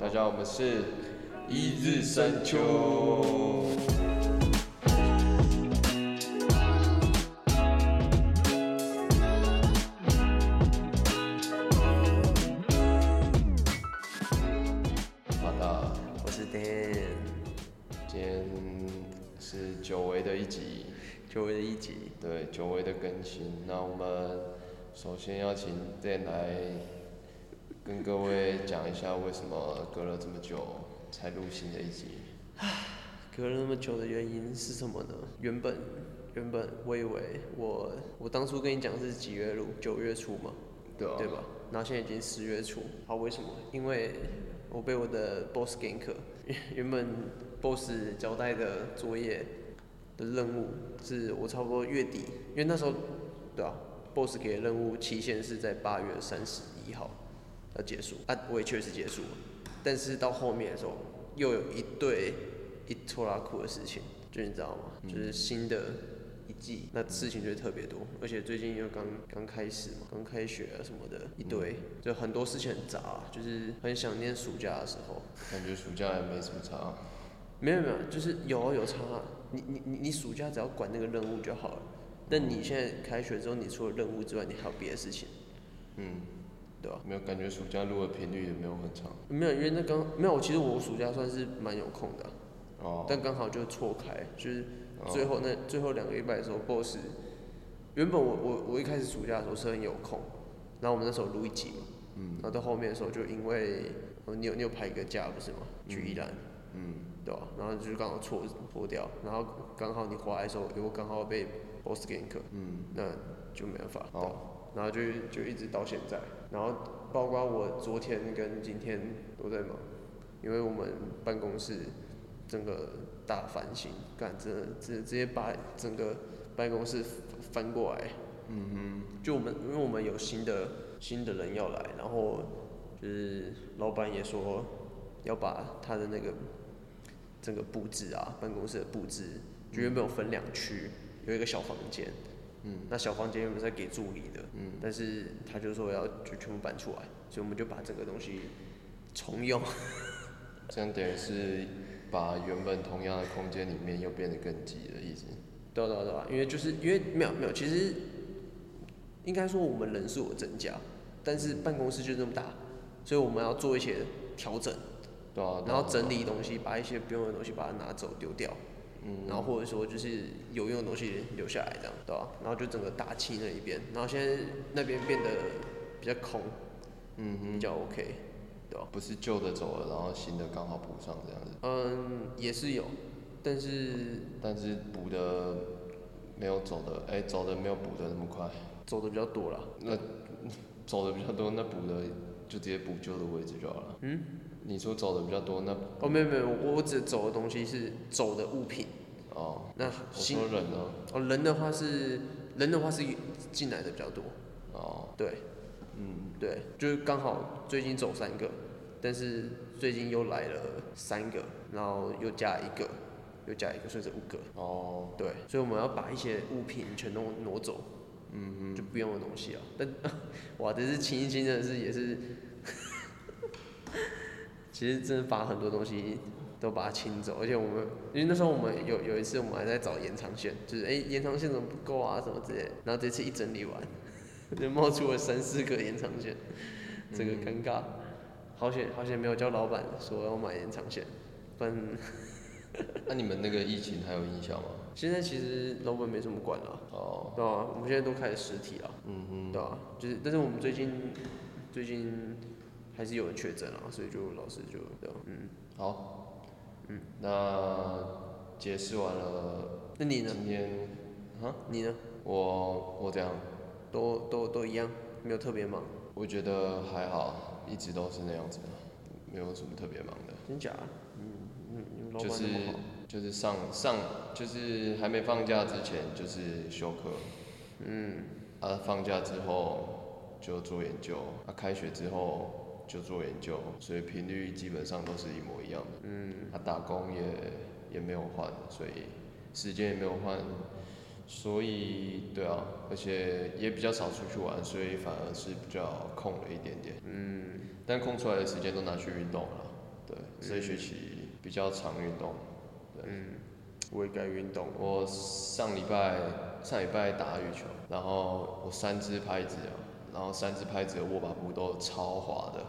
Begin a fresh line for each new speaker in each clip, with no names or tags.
大家好，我们是一日深秋。好的，
我是 Dan，
今天是久违的一集，
久违的一集，
对，久违的更新。那我们首先要请 Dan 来跟各位讲一下，为什么隔了这么久才录新的一集？
隔了那么久的原因是什么呢？原本原本我以为我我当初跟你讲是几月录，九月初嘛，
对啊，
对吧？然后现在已经十月初，好，为什么？因为我被我的 boss gank，了 原本 boss 交代的作业的任务是我差不多月底，因为那时候对啊，boss 给的任务期限是在八月三十一号要结束，啊，我也确实结束了，但是到后面的时候又有一对一拖拉库的事情，就你知道吗？就是新的一季，那事情就会特别多，而且最近又刚刚开始嘛，刚开学啊什么的，一堆，
嗯
就很多事情很杂、啊就是很想念暑假的时候。
感觉暑假也没什么差。
没有没有，就是有啊有差啊、你你你你暑假只要管那个任务就好了。但你现在开学之后，你除了任务之外，你还有别的事情，
嗯，
对吧、
没有感觉暑假录的频率也没有很长。
没有，因为那刚没有，其实我暑假算是蛮有空的啊、
哦，
但刚好就错开，就是
哦
最后那、最后两个礼拜的时候，boss 原本我我我一开始暑假的时候是很有空，然后我们那时候录一集嘛，
嗯
然后到后面的时候就因为呃你有你有排一个假不是吗？去宜兰，
嗯，
对吧、然后就刚好错错掉，然后刚好你回来的时候，又刚好被 boss gank，
嗯，
那就没办法。
哦
对啊然后就就一直到现在，然后包括我昨天跟今天都在忙，因为我们办公室整个大翻新，干真的直直接把整个办公室翻过来。嗯哼，就我们因为我们有新的新的人要来，然后就是老板也说要把他的那个整个布置啊，办公室的布置，就原本有分两区，有一个小房间，嗯，那小房间原本是在给助理的，嗯，但是他就说要就全部搬出来，所以我们就把这个东西重用，
这样等于是把原本同样的空间里面又变得更挤的意思。
对啊对啊对啊，因为就是因为没有没有，其实应该说我们人数有增加，但是办公室就这么大，所以我们要做一些调整，
对啊，对啊
然后整理东西，把一些不用的东西把它拿走丢掉，嗯，然后或者说就是有用的东西留下来这样，对吧、然后就整个大气那一边，然后现在那边变得比较空，
嗯
比较 OK，对啊吧、
不是旧的走了，然后新的刚好补上这样子，
嗯，也是有，但是
但是补的没有走的，哎、走的没有补的那么快，
走的比较多了，
那走的比较多，那补的就直接补旧的位置就好了。
嗯，
你说走的比较多，那
哦，没有没有，我我只走的东西是走的物品，
哦，
那
我
新
说人呢？
哦人的话是人的话是进来的比较多，
哦，
对，
嗯，
对，就是刚好最近走三个，但是最近又来了三个，然后又加一个，又加一个，所以是五个。
哦，
对，所以我们要把一些物品全都挪走，嗯就不用的东西啊。 但哇，这是清一清真的是也是，其实真的把很多东西都把它清走，而且我们因为那时候我们有有一次我们还在找延长线，就是哎、诶延长线怎么不够啊什么之类的，然后这次一整理完， 就冒出了三四个延长线，这个尴尬。好险好险没有叫老板说要买延长线，不然
那你们那个疫情还有影响吗？
现在其实老板没什么管了、
哦，
对啊，我们现在都开始实体了，
嗯哼，
对啊，就是，但是我们最近最近还是有人确诊啊，所以就老师就对啊，嗯，
好，嗯，那解释完了，
那你呢？
今天啊，
你呢？
我我这样，
都都都一样，没有特别忙，
我觉得还好，一直都是那样子，没有什么特别忙的。
真假？嗯嗯，你们老
就
板
是
那么好，
就是上上就是还没放假之前就是休课，嗯，啊放假之后就做研究，啊开学之后就做研究，所以频率基本上都是一模一样的，嗯，啊打工也也没有换，所以时间也没有换，所以对啊，而且也比较少出去玩，所以反而是比较空了一点点，嗯，但空出来的时间都拿去运动了，这学期比较常运动。
嗯，我也该运动了。
我上礼拜上礼拜打羽球，然后我三只拍子啊，然后三只拍子的握把布都超滑的，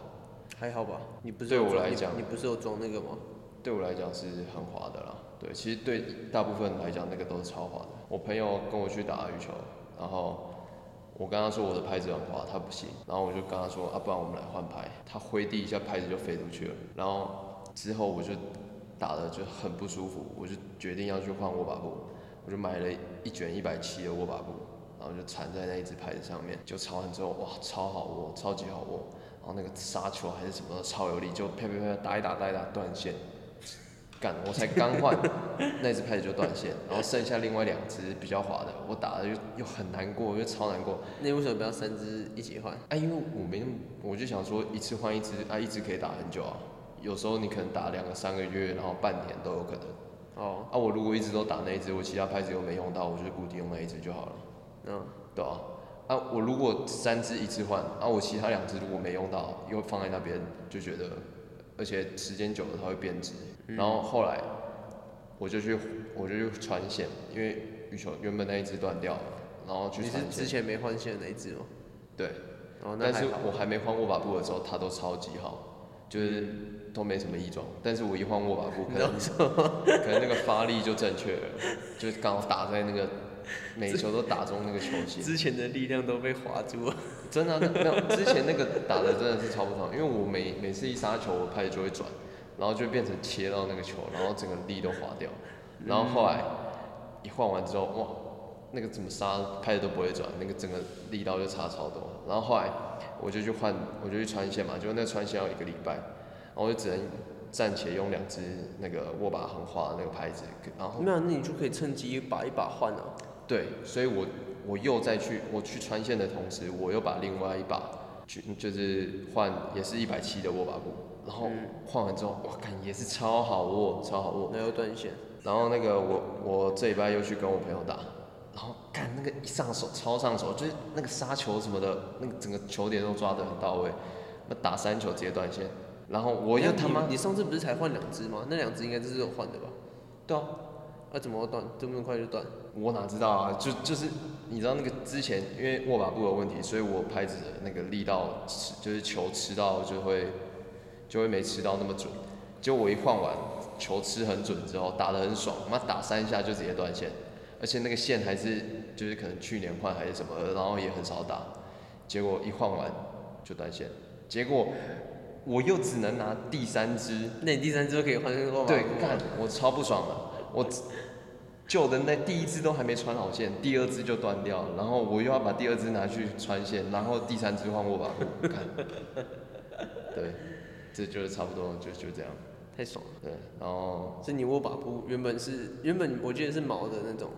还好吧？你不是
对
有
我
装
来
你
讲
你不是有装那个吗？
对我来讲是很滑的啦。对，其实对大部分来讲那个都是超滑的。我朋友跟我去打羽球，然后我跟他说我的拍子很滑，他不信，然后我就跟他说啊，不然我们来换拍。他挥地一下拍子就飞出去了，然后之后我就打的就很不舒服，我就决定要去换握把布，我就买了一卷一百七的握把布，然后就缠在那一只拍子上面，就缠完之后哇，超好握，超级好握。然后那个杀球还是什么的超有力，就啪啪啪打一打打一打断线，干，我才刚换，那只拍子就断线，然后剩下另外两只比较滑的，我打的又又很难过，又超难过。
那你为什么不要三只一起换？
哎、因为我没那么，我就想说一次换一只，啊，一只可以打很久啊。有时候你可能打两个三个月，然后半年都有可能。
哦，
啊，我如果一直都打那一只，我其他拍子又没用到，我就固定用那一只就好了，
嗯，
对啊。啊，我如果三只一次换，啊，我其他两只如果没用到，又放在那边，就觉得，而且时间久了它会变质。
嗯
然后后来我就去我就去穿线，因为羽球原本那一只断掉了，然后去
你是
穿
之
线。
前没换线的那一只吗？
对，
哦，那
但
还
是
好。
我还没换握把布的时候，它都超级好，就是都没什么异状。但是我一换握把布，可能可能那个发力就正确了，就是刚好打在那个每球都打中那个球心。
之前的力量都被划住了。
真的啊、那那之前那个打的真的是超不爽，因为我每每次一杀球，我拍子就会转，然后就变成切到那个球，然后整个力都滑掉。然后后来一换完之后，哇，那个怎么杀拍子都不会转，那个整个力道就差超多。然后后来我就去换，我就去穿线嘛，结果那个穿线要一个礼拜，然后我就只能暂且用两只那个握把横滑的那个拍子，然后
没有，那你就可以趁机一把一把换啊。
对，所以我我又再去我去穿线的同时，我又把另外一把去就是换也是一百七的握把布，然后
嗯
换完之后，哇，看也是超好握，超好握。
那又断线。
然后那个我我这礼拜又去跟我朋友打，然后看那个一上手超上手，就是那个杀球什么的，那个整个球点都抓得很到位，那打三球直接断线。然后我又
那
他
你
妈
你上次不是才换两只吗？那两只应该就是有换的吧？
对啊，
啊，怎么会断？这么快就断？
我哪知道啊？就就是你知道那个之前因为握把布的问题，所以我拍子的那个力道吃就是球吃到就会就会没吃到那么准。结果我一换完球吃很准之后，打得很爽，妈打三下就直接断线，而且那个线还是就是可能去年换还是什么，然后也很少打，结果一换完就断线，结果我又只能拿第三支
那你第三只就可以换那个号码
对
布吗，
干，我超不爽的。我只旧的那第一只都还没穿好线，第二只就断掉了，然后我又要把第二只拿去穿线，然后第三只换握把布，干。对，这就是差不多，就就这样。
太爽了。
对，然后
是你握把布原本是原本我记得是毛的那种，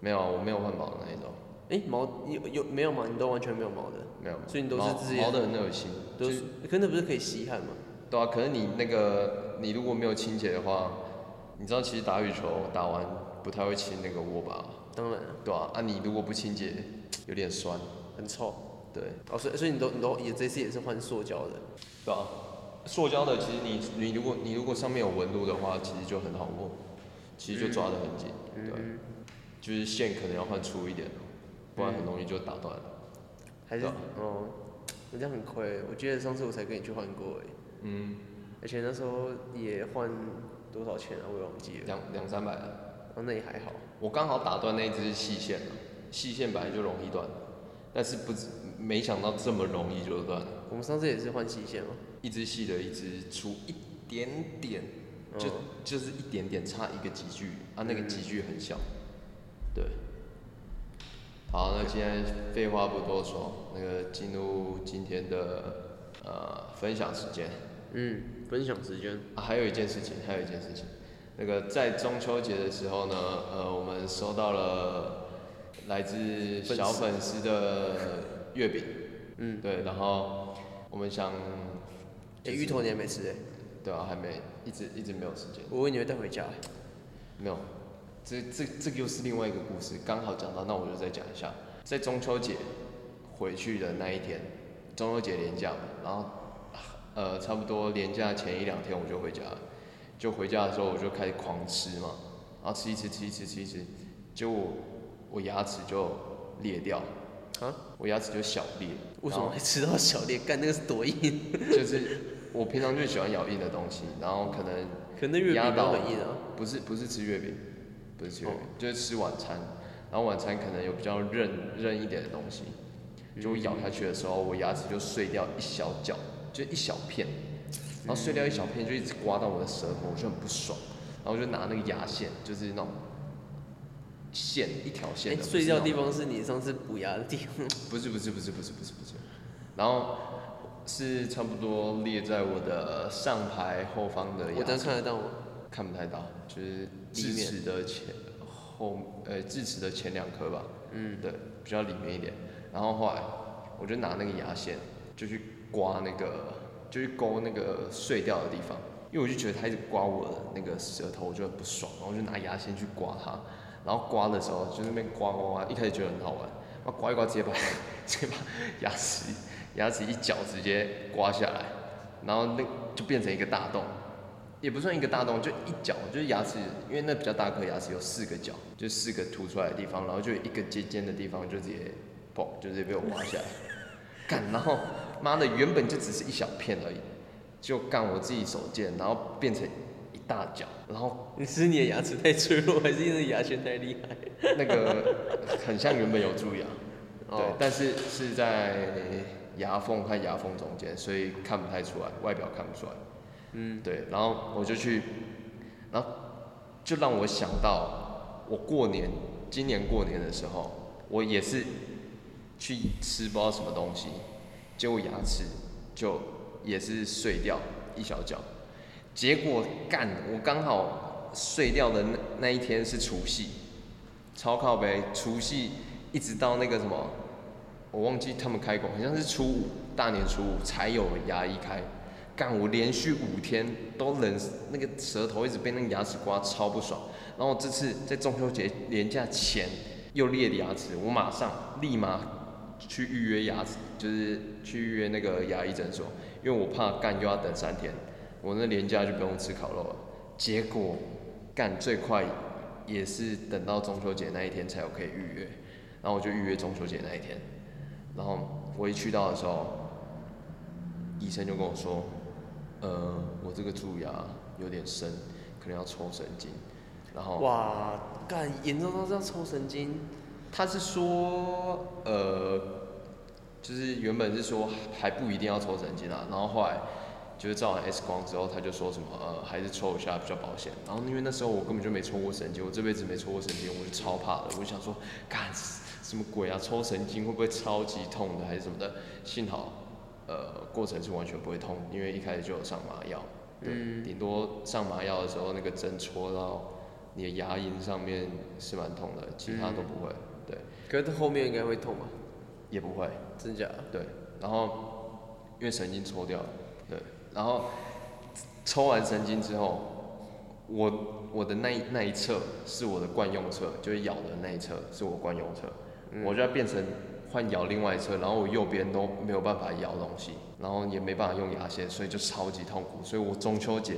没有，啊我没有换毛的那一种，
哎、毛有有没有毛？你都完全没有毛的，
没有。
所以你都是
毛
自己
毛的很恶心，
都
就是
是，可那不是可以吸汗吗？
对啊。可是你那个你如果没有清洁的话，你知道其实打羽球打完不太会清那个握把，
当然了，
对啊。啊，你如果不清洁，有点酸，
很臭。
对。
哦，所以所以你都你都也这次也是换塑胶的，
对啊，塑胶的其实你你如果你如果上面有纹路的话，其实就很好握，其实就抓得很紧，对，
嗯，
就是线可能要换粗一点，哦不然很容易就打断了。
还是
对啊
哦，我这样很亏。我记得上次我才跟你去换过哎，
嗯，
而且那时候也换多少钱啊？我也忘记了。
两两三百，
哦，那也还好。
我刚好打断那一只是细线了，细线本来就容易断，但是不知没想到这么容易就断了，
我们上次也是换哦细线嘛，
一只细的，一只粗一点点，就、
嗯
就是一点点差一个集距啊，那个集距很小。对。好，那今天废话不多说，那个进入今天的呃分享时间
嗯，分享时间，
啊，还有一件事情，还有一件事情，那个在中秋节的时候呢，呃，我们收到了来自
粉丝
小粉丝的月饼，
嗯，
对，然后我们想，
哎、
就是
芋头你还没吃哎、
对啊，还没一直一直没有时间。
我以为你会带回家、欸
没有，这这这个又是另外一个故事，刚好讲到，那我就再讲一下，在中秋节回去的那一天，中秋节连假嘛，然后、啊呃，差不多连假前一两天我就回家了，就回家的时候我就开始狂吃嘛，然后吃一吃吃一吃吃一吃，结果我我牙齿就裂掉，
啊？
我牙齿就小裂，
为什么会吃到小裂？干那个是 多硬？
然后就是我平常就喜欢咬硬的东西，然后可能
可能那月饼
压
没有
倒
很硬啊。
不是不是吃月饼，不是吃月
哦
饼，就是吃晚餐，然后晚餐可能有比较韧韧一点的东西，就我咬下去的时候，我牙齿就碎掉一小角，就一小片，然后碎掉一小片就一直刮到我的舌头，我就很不爽，然后我就拿那个牙线，就是那种线一条线
哎，
的，
睡觉的地
方
方是你上次补牙的地方。
不是不是不是不是不是不是，然后是差不多裂在我的上排后方的牙齿
我这样看得到吗？
看不太到，就是
里
智
面
齿的前后，呃，智齿的前两颗吧，嗯，对，比较里面一点。然后后来我就拿那个牙线就去刮那个，就去勾那个碎掉的地方，因为我就觉得它一直刮我的那个舌头，我就很不爽，然后我就拿牙线去刮它，然后刮的时候就那边刮刮刮，一开始觉得很好玩，然后刮一刮直接把直接把牙齿牙齿一角直接刮下来，然后那就变成一个大洞。也不算一个大洞，就一角，就是牙齿，因为那比较大颗牙齿有四个角，就四个凸出来的地方，然后就有一个尖尖的地方就直接嘣，就直接被我挖下来，干，然后妈的原本就只是一小片而已，就干我自己手贱，然后变成一大角，然后
你是你的牙齿太脆弱，还是因为牙线太厉害？
那个很像原本有蛀牙，
哦
对，但是是在牙缝和牙缝中间，所以看不太出来，外表看不出来。
嗯，
对，然后我就去，然后就让我想到，我过年，今年过年的时候，我也是去吃不知道什么东西，结果牙齿就也是碎掉一小角，结果干，我刚好碎掉的那那一天是除夕，超靠呗，除夕一直到那个什么，我忘记他们开工，好像是初五，大年初五才有牙医开。干，我连续五天都忍那个舌头一直被那个牙齿刮，超不爽。然后这次在中秋节连假前又裂了牙齿，我马上立马去预约牙齿，就是去预约那个牙医诊所，因为我怕干又要等三天，我那连假就不用吃烤肉了。结果干最快也是等到中秋节那一天才有可以预约，然后我就预约中秋节那一天，然后我一去到的时候，医生就跟我说，呃，我这个蛀牙有点深，可能要抽神经，然后
哇，干严重到这样抽神经，
他是说，呃，就是原本是说还不一定要抽神经啊，然后后来就是照完 X 光之后，他就说什么呃还是抽一下比较保险。然后因为那时候我根本就没抽过神经，我这辈子没抽过神经，我就超怕的。我就想说，干什么鬼啊？抽神经会不会超级痛的还是什么的？幸好呃过程是完全不会痛，因为一开始就有上麻药，对，
嗯
顶多上麻药的时候那个针戳到。你的牙龈上面是蛮痛的，其他都不会。对，
可是后面应该会痛吧？
也不会，
真假？
对。然后因为神经抽掉了，对。然后抽完神经之后，我我的那一那一侧是我的惯用侧，就是咬的那一侧是我惯用侧，
嗯
我就要变成换咬另外一侧，然后我右边都没有办法咬东西，然后也没办法用牙线，所以就超级痛苦。所以我中秋节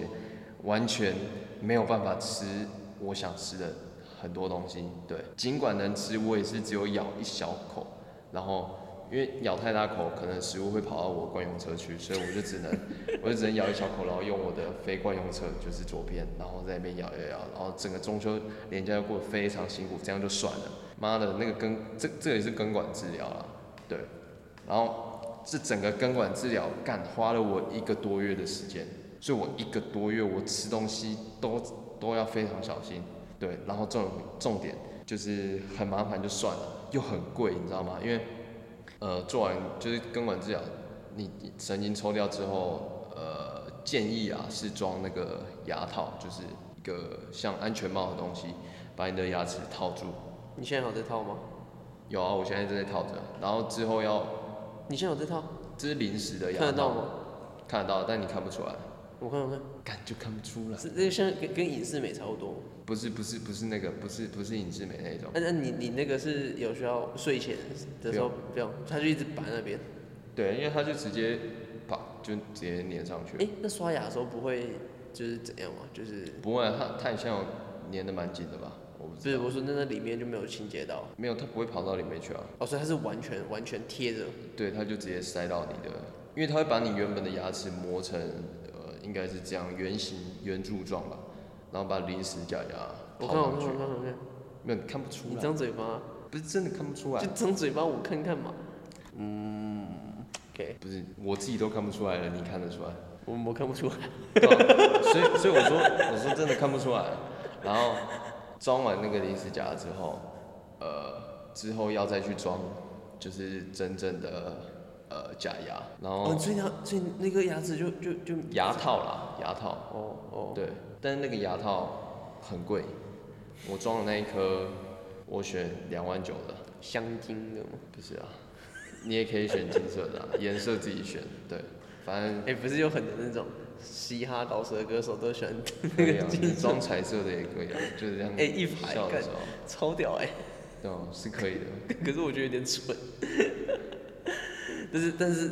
完全没有办法吃我想吃的很多东西，对，尽管能吃，我也是只有咬一小口，然后。因为咬太大口，可能食物会跑到我惯用车去，所以我就只能， 我就只能咬一小口，然后用我的非惯用车，就是左边，然后在那边咬咬咬，然后整个中秋连假又过得非常辛苦，这样就算了。妈的，那个根，这这也是根管治疗啦，对。然后这整个根管治疗干花了我一个多月的时间，所以我一个多月我吃东西都都要非常小心，对。然后重重点就是很麻烦就算了，又很贵，你知道吗？因为呃，做完就是根管治疗，你你神经抽掉之后，呃，建议啊是装那个牙套，就是一个像安全帽的东西，把你的牙齿套住。
你现在有在套吗？
有啊，我现在正在套着。然后之后要，
你现在有在套？
这是临时的牙
看
套，
得到吗？
看得到，但你看不出来，
我看我看，
感就看不出来。
这这像跟跟影视美差不多。
不是不是不是那个，不是不是尹志美那种。
那、那你你那个是有需要睡前的时候不用，他就一直摆那边。
对，因为他就直接把就直接粘上去
哎、。那刷牙的时候不会就是怎样吗？就是
不会、啊，它它很像粘的蛮紧的吧？我不
不
知
是
道。
我说那那里面就没有清洁到，
没有，它不会跑到里面去啊。
哦，所以它是完全完全贴着，
对，它就直接塞到你的，因为它会把你原本的牙齿磨成呃，应该是这样圆形圆柱状吧，然后把临时假牙
我
套
看我
上
看
去
我。看我看，
没有，你看不出
你
来，
张嘴巴，
不是真的看不出
就
来。
张嘴巴我看看嘛。嗯，OK，
不是，我自己都看不出来了，你看得出来？
我我看不出来，
对啊所以所以我说我说真的看不出来。然后装完那个临时假牙之后，呃，之后要再去装，就是真正的呃假牙，然后
哦，所以它所以那个牙齿就就就
牙套啦，牙套，
哦哦，
对，但是那个牙套很贵，我装的那一颗，我选两万九的，
香精的嘛，
不是啊，你也可以选金色的、啊，颜色自己选，对，反正
哎、不是有很多那种嘻哈饶舌歌手都喜欢
可
那
以 啊
个，
你
金
装彩色的也可以啊，就是这样。
哎一排
笑的
干
时候，
超屌哎、
对啊，是可以的。
可是我觉得有点蠢。 但是但是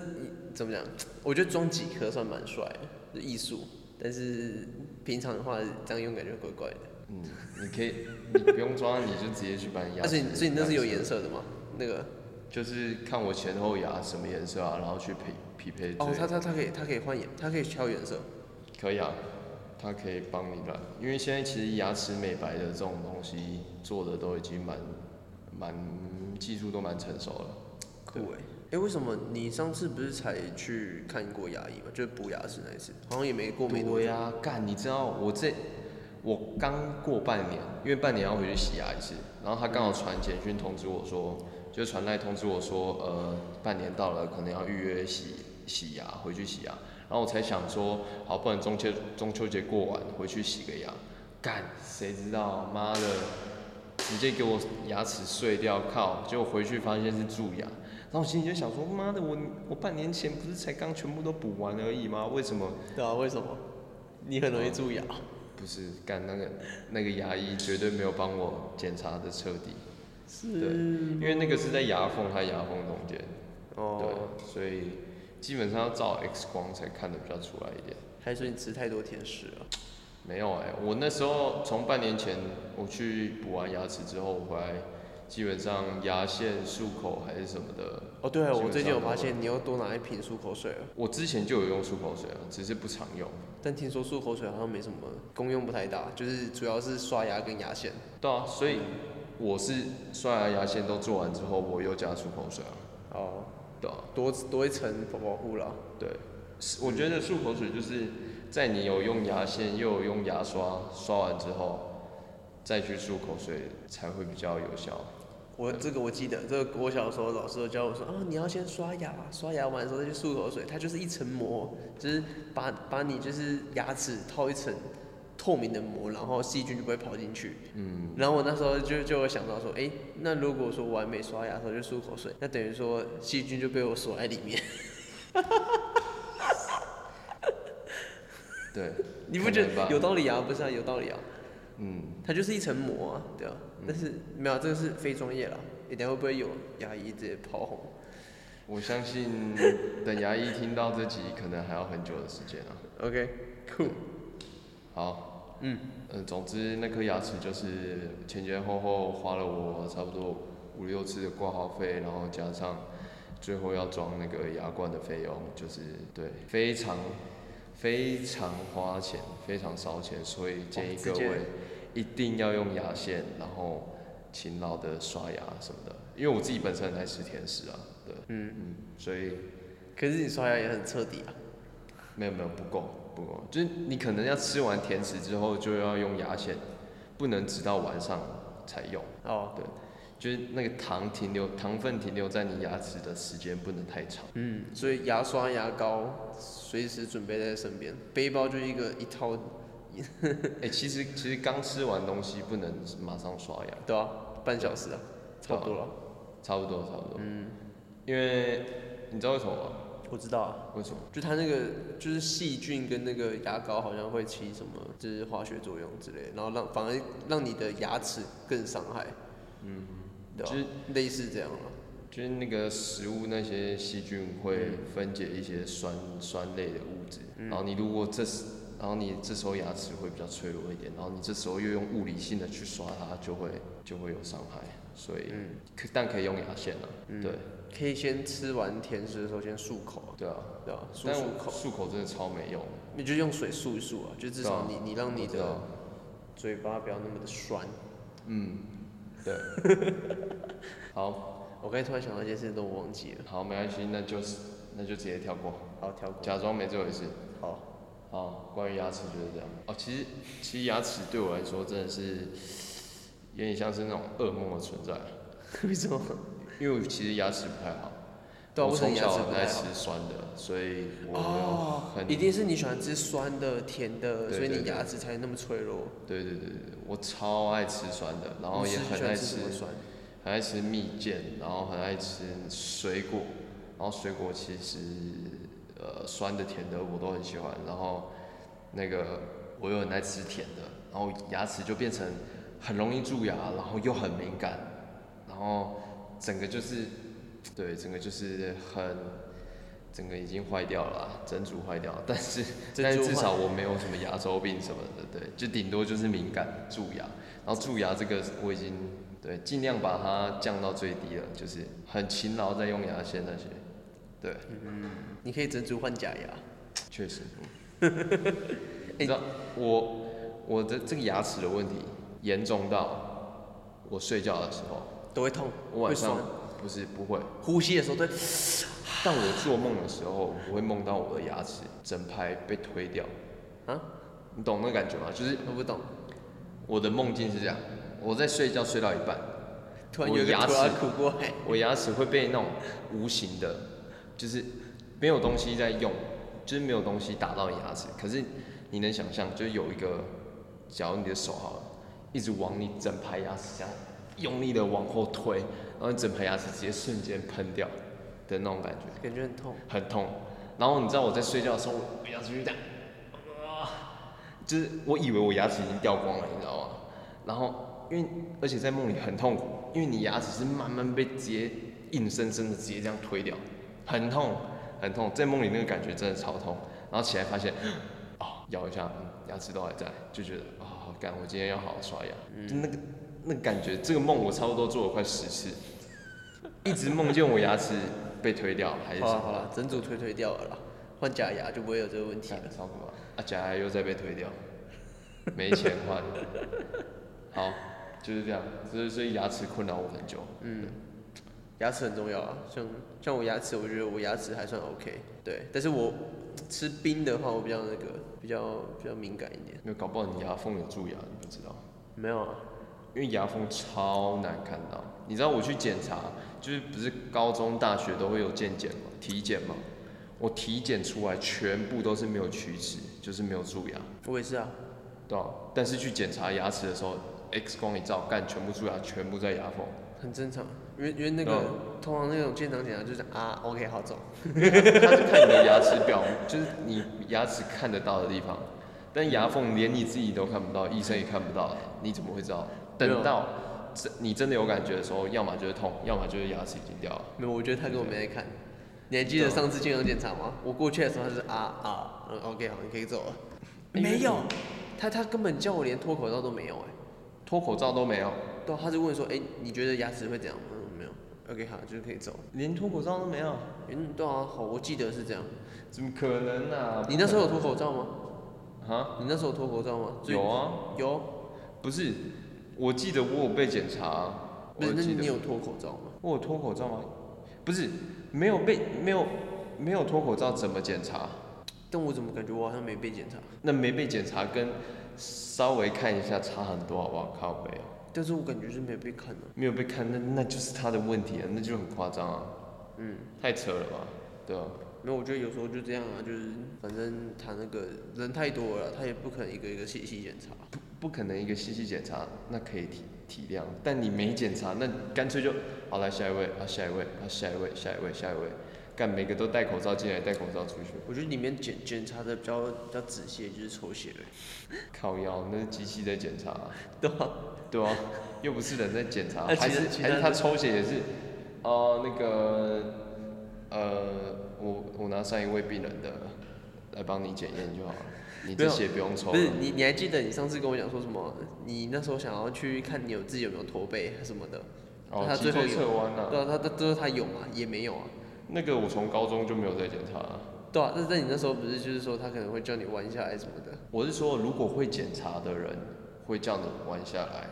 怎么讲？我觉得装几颗算蛮帅的，就艺术。但是平常的话，这样用感觉怪怪的。
嗯，你可以，你不用装，你就直接去把你牙
而
齿染色。
且啊所以你那是有颜色的吗？那个
就是看我前后牙什么颜色啊，然后去匹匹配最。
哦，它它它可以它可以换颜，它可以挑颜色。
可以啊，它可以帮你染，因为现在其实牙齿美白的这种东西做的都已经蛮蛮技术都蛮成熟了。
酷哎、哎、为什么你上次不是才去看过牙医吗？就是补牙齿那一次，好像也没过没多
对
久。
呀、干，你知道我这我刚过半年，因为半年要回去洗牙一次，然后他刚好传简讯通知我说，就传来通知我说，呃，半年到了，可能要预约洗洗牙，回去洗牙。然后我才想说，好，不然中秋中秋节过完回去洗个牙。干，谁知道，妈的，直接给我牙齿碎掉，靠！结果回去发现是蛀牙。然后我心里就想说，妈的，我我半年前不是才刚全部都补完而已吗？为什么
对啊，为什么？你很容易蛀牙。
不是干那个那个牙医绝对没有帮我检查的彻底，对，因为那个是在牙缝它牙缝中间，
嗯哦，
对，所以基本上要照 X 光才看得比较出来一点。
还是你吃太多甜食啊了？
没有哎、我那时候从半年前我去补完牙齿之后我回来，基本上牙线、漱口还是什么的，
哦，对啊，
基本
我最近有
上都
发
会
现你又多拿一瓶漱口水了，啊
我之前就有用漱口水啊，只是不常用。
但听说漱口水好像没什么功用，不太大，就是主要是刷牙跟牙线。
对啊，所以我是刷牙、牙线都做完之后，我又加漱口水啊，
哦，
对啊。
多多一层保保护啦。
对，是我觉得漱口水就是在你有用牙线又有用牙刷刷完之后，再去漱口水才会比较有效。
我这个我记得，这个我小时候老师都教我说，啊，你要先刷牙，刷牙完之后再去漱口水，它就是一层膜，就是把把你就是牙齿套一层透明的膜，然后细菌就不会跑进去。
嗯，
然后我那时候就就会想到说，哎、那如果说我还没刷牙的时候就漱口水，那等于说细菌就被我锁在里面。
对，
你不觉
可能
得
吧
有道理啊？不是啊，有道理啊，
嗯，
它就是一层膜啊，对啊。但是没有啊，这个是非专业啦，一定会不会有牙医直接炮轰？
我相信等牙医听到这集，可能还要很久的时间啊。
OK，酷。
好，
嗯
呃，总之那颗牙齿就是前前后后花了我差不多五六次的挂号费，然后加上最后要装那个牙冠的费用，就是对非常非常花钱，非常烧钱，所以建议
直
各
接
位一定要用牙线，然后勤劳的刷牙什么的，因为我自己本身很爱吃甜食啊，对，
嗯，
嗯，所以
可是你刷牙也很彻底啊。
没有没有不够不够，就是你可能要吃完甜食之后就要用牙线，不能直到晚上才用，
哦，
就是那个糖停留糖分停留在你牙齿的时间不能太长。
嗯，所以牙刷、牙膏随时准备在身边，背包就一个一套，
哎、其实其实刚吃完东西不能马上刷牙，
对啊，半小时啊，差不多了。
差不多差不多。嗯，因为你知道为什么吗？
我知道啊，
为什么？
就它那个就是细菌跟那个牙膏好像会起什么就是化学作用之类，然后让反而让你的牙齿更伤害，
嗯，
对吧、啊
就是
类似这样了。啊
就是那个食物那些细菌会分解一些酸酸类的物质，
嗯
然后你如果这时，然后你这时候牙齿会比较脆弱一点，然后你这时候又用物理性的去刷它，就会就会有伤害，所以、
嗯
可但可以用牙线啊，
嗯
对
可以先吃完甜食的时候先漱口啊，
对啊，
对吧？漱
但
漱
我
口，
漱口真的超没用，
你就用水漱一漱啊，就至少
对
你你让你
我知道
的嘴巴不要那么的酸。
嗯， 对，好
我刚才突然想到一件事情，都我忘记了。
好没关系，那就是那就直接跳过，
好，跳过。
假装没这回事。
好，
好，关于牙齿就是这样。哦，其实其实牙齿对我来说真的是有点像是那种噩梦的存在，
为什么？
因为我其实牙齿不太好，
对啊，
我
为什么
从
牙齿
小
不
在
太好？
吃酸的，所以我
哦
有很、
一定是你喜欢吃酸的、甜的，
对
所以
对
你
对
牙齿才那么脆弱。
对对对对对，我超爱吃酸的，然后
你
也
是喜
很
欢
爱
吃
吃
什么酸？
很爱吃蜜饯，然后很爱吃水果，然后水果其实呃酸的甜的我都很喜欢，然后那个我又很爱吃甜的，然后牙齿就变成很容易蛀牙，然后又很敏感，然后整个就是对整个就是很整个已经坏掉了啦，整组坏掉了，但是
珍
但是
珠
至
换
少我没有什么牙周病什么的，对，就顶多就是敏感蛀牙，然后蛀牙这个我已经对尽量把它降到最低了，就是很勤劳在用牙线那些，对，
你可以整组换假牙。
确 实，你知道我我的这个牙齿的问题严重到我睡觉的时候，
都会痛，
我晚
会
上
酸，
不是不会，
呼吸的时候对，
但我做梦的时候，我会梦到我的牙齿整排被推掉，
啊，
你懂那个感觉吗？就是
我不懂，
我的梦境是这样，我在睡觉睡到一半，
突然
我
有一个
牙
突然
齿
苦过来，
我牙齿会被那种无形的，就是没有东西在用，就是没有东西打到你牙齿。可是你能想象，就是有一个，假如你的手好了，一直往你整排牙齿这样用力的往后推，然后你整排牙齿直接瞬间喷掉的那种感觉，
感觉很痛，
很痛。然后你知道我在睡觉的时候，我牙齿就这样，啊，就是我以为我牙齿已经掉光了，你知道吗？然后因为而且在梦里很痛苦，因为你牙齿是慢慢被直接硬生生的直接这样推掉，很痛很痛，在梦里那个感觉真的超痛。然后起来发现，哦，咬一下，嗯牙齿都还在，就觉得哦，干，我今天要好好刷牙，就那个那个感觉，这个梦我差不多做了快十次，一直梦见我牙齿被推掉还是什
好
么
了。好了，整组推推掉了啦，换假牙就不会有这个问题了。
超可怕！啊，假牙又再被推掉，没钱换。好，就是这样，所以所以牙齿困扰我很久。
嗯，牙齿很重要啊，像像我牙齿，我觉得我牙齿还算 OK，对，但是我吃冰的话，我比较那个比较比较敏感一点。
因为搞不好你牙缝有蛀牙，你不知道，
没有啊，
因为牙缝超难看到。你知道我去检查，就是不是高中、大学都会有健检嘛，体检嘛，我体检出来全部都是没有龋齿，就是没有蛀牙，
我也是啊，
对吧、但是去检查牙齿的时候，X 光一照，干，全部蛀牙，全部在牙缝。
很正常，因为因为那个、通常那种健康检查就是啊 OK 好走，
他是看你的牙齿表，就是你牙齿看得到的地方，但牙缝连你自己都看不到，医生也看不到，你怎么会知道？等到真你真的有感觉的时候，要么就是痛，要么就是牙齿已经掉了。
没有，我觉得他跟我没在看。你还记得上次健康检查吗？我过去的时候他是啊啊，嗯 OK 好，你可以走了。没有，他他根本叫我连脱口罩都没有哎、
脱口罩都没有，
对啊，他就问说，哎、你觉得牙齿会怎样？嗯，没有。OK 好，就是可以走。
连脱口罩都没有，
嗯，对啊，好，我记得是这样。
怎么可能啊？
你那时候有脱口罩吗？
啊？
你那时候有脱口罩吗？最
有啊，
有，
不是，我记得我有被检查啊，
不
我
是，那
记
你
得
有脱口罩吗？
我有脱口罩吗？不是，没有被没有没有脱口罩怎么检查？
但我怎么感觉我好像没被检查？
那没被检查跟稍微看一下差很多，好不好？靠背啊，
但是我感觉是没有被看啊的、
没有被看，那那就是他的问题啊，那就很夸张啊，
嗯，
太扯了吧？对啊，
没有，我觉得有时候就这样啊，就是反正他那个人太多了，他也不可能一个一个细细检查。
不不可能一个细细检查，那可以体体谅，但你没检查，那干脆就好来下一位啊，下一位啊，下一位，下一位，下一位，干每个都戴口罩进来，戴口罩出去，
我觉得里面检检查的比较比较仔细，就是抽血而已，
靠腰，那是机器在检查啊、
对吧、
对啊，又不是人在检查，
那
还
其实
是
其他
还是
人
他抽血也是哦、那个，呃，我我拿上一位病人的来帮你检验就好了，你这些不用抽
不是
了。
你，你还记得你上次跟我讲说什么？你那时候想要去看你有自己有没有驼背什么的，
哦，
他
脊
最后
椎
有，
侧弯呐、
对啊，他他最后他有嘛？也没有啊，
那个我从高中就没有再检查了。
对啊。但是你那时候不是就是说他可能会叫你弯下来什么的，
我是说，如果会检查的人会叫你弯下来。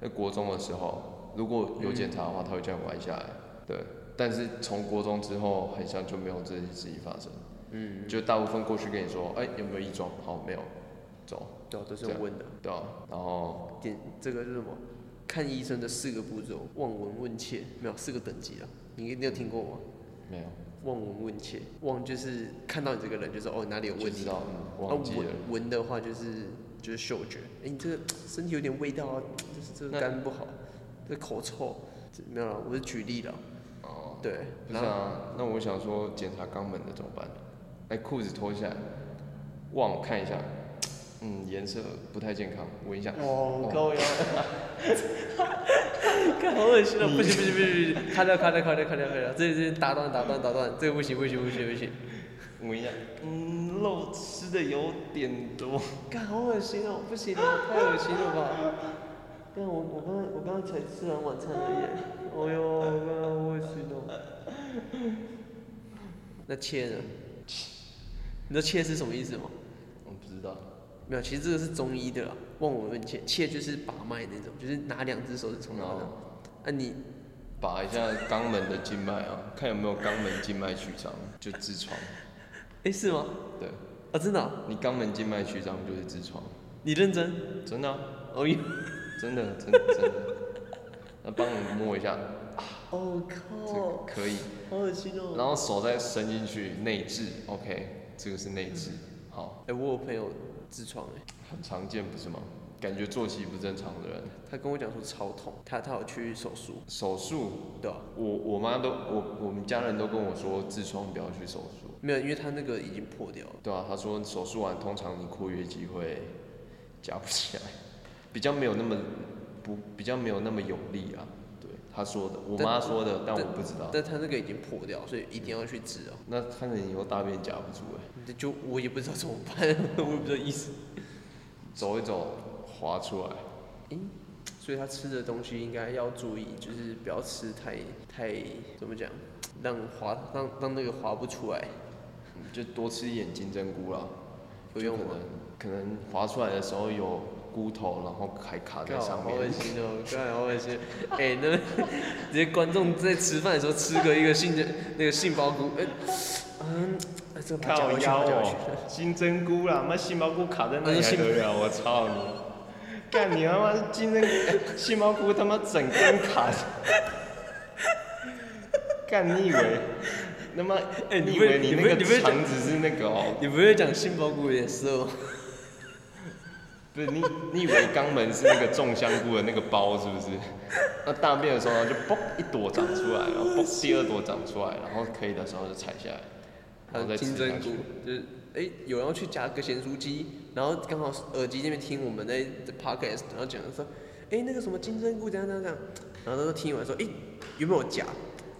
在国中的时候，如果有检查的话，他会叫你弯下来。对，但是从国中之后，好像就没有这些事情发生。嗯，就大部分过去跟你说，哎、有没有异状？好，没有，走，
对啊，都是
这样
用问的。
对啊。然后
点这个是什么？看医生的四个步骤：望闻问切，没有四个等级啊。你你有听过吗？
没有，
望闻问切，望就是看到你这个人，就是哦哪里有
我
问
知
题。
道，嗯，忘记
啊、
了。
闻闻的话就是就是嗅觉，哎、你这个身体有点味道啊，就是这个
那
肝不好，这口臭，这没有了，我是举例了。
哦，
对，
不是
然后
啊，那我想说检查肛门的怎么办？哎，裤子脱下来，望看一下，嗯，颜色不太健康，闻一下。
哦
哦
高腰，看好恶心啊！不行不行不行不行，卡掉卡掉卡掉卡掉卡掉，这这打断打断打断，这个不行不行不行不行，
闻一下，嗯，肉吃的有点多。
看好恶心哦，不行啊，太恶心了吧！看我我刚我刚刚才吃完晚餐而已，哦呦，我刚刚好恶心哦。那切呢？你知道切是什么意思吗？
我不知道，
没有，其实这个是中医的啦，望闻问切，切就是把脉那种，就是拿两只手指头拿的。
哦
啊你
把一下肛门的静脉啊， 看有没有肛门静脉曲张，就痔疮。
哎是吗？
对，
啊真的啊、
你肛门静脉曲张就是痔疮，
你认真？
真的、啊，
哦呦，
真的，真的，真的。 那帮你摸一下，
哦
这
靠
个，可以。
好恶心哦。
然后手再伸进去内痔，OK，这个是内痔，好，
哎、我有朋友痔疮哎，
很常见不是吗？感觉作息不正常的人，
他跟我讲说超痛，他他有去手术，
手术，
对吧、
我我妈都我我们家人都跟我说痔疮不要去手术，
没有，因为他那个已经破掉了。
对啊，她说手术完通常你括约肌会夹不起来，比较没有那么不比较没有那么有力啊，对，她说的，我
但
妈说的，但我不知道，
但他那个已经破掉，所以一定要去治啊！
那看着你以后大便夹不住哎、
这就我也不知道怎么办， 我也不知道意思。
走一走滑出来，
所以他吃的东西应该要注意，就是不要吃太太怎么讲，让滑让让那个滑不出来，
就多吃一点金针菇啦。
有
就
用
可
吗
能？可能滑出来的时候有骨头，然后还卡在
干
上
好恶
面。
心哦，干好恶心！哎、那直接观众在吃饭的时候吃个一个杏仁那个杏鲍菇，哎、嗯，哎这个把它
靠
嚼
腰
下去，
哦，金针菇啦，妈杏鲍菇卡在那里还得哎啊了？我操你！干你他妈金针哎杏鲍菇他妈整根卡在。干你以为？他妈
哎你
你以
不会
为你
你
那
不会
个
你不会
肠子是那个哦？
你不会讲杏鲍菇有点涩吗？
不是你你以为肛门是那个种香菇的那个包是不是？那大便的时候呢，就嘣一朵长出来，然后嘣第二朵长出来，然后可以的时候就采下来，
还
然后再
有
吃
金
下
针
去
菇。，就是哎、有人要去夹个咸酥鸡，然后刚好耳机那边听我们在在 podcast，然后讲说，哎、那个什么金针菇怎样怎样怎样，然后他说听完说，哎、有没有夹？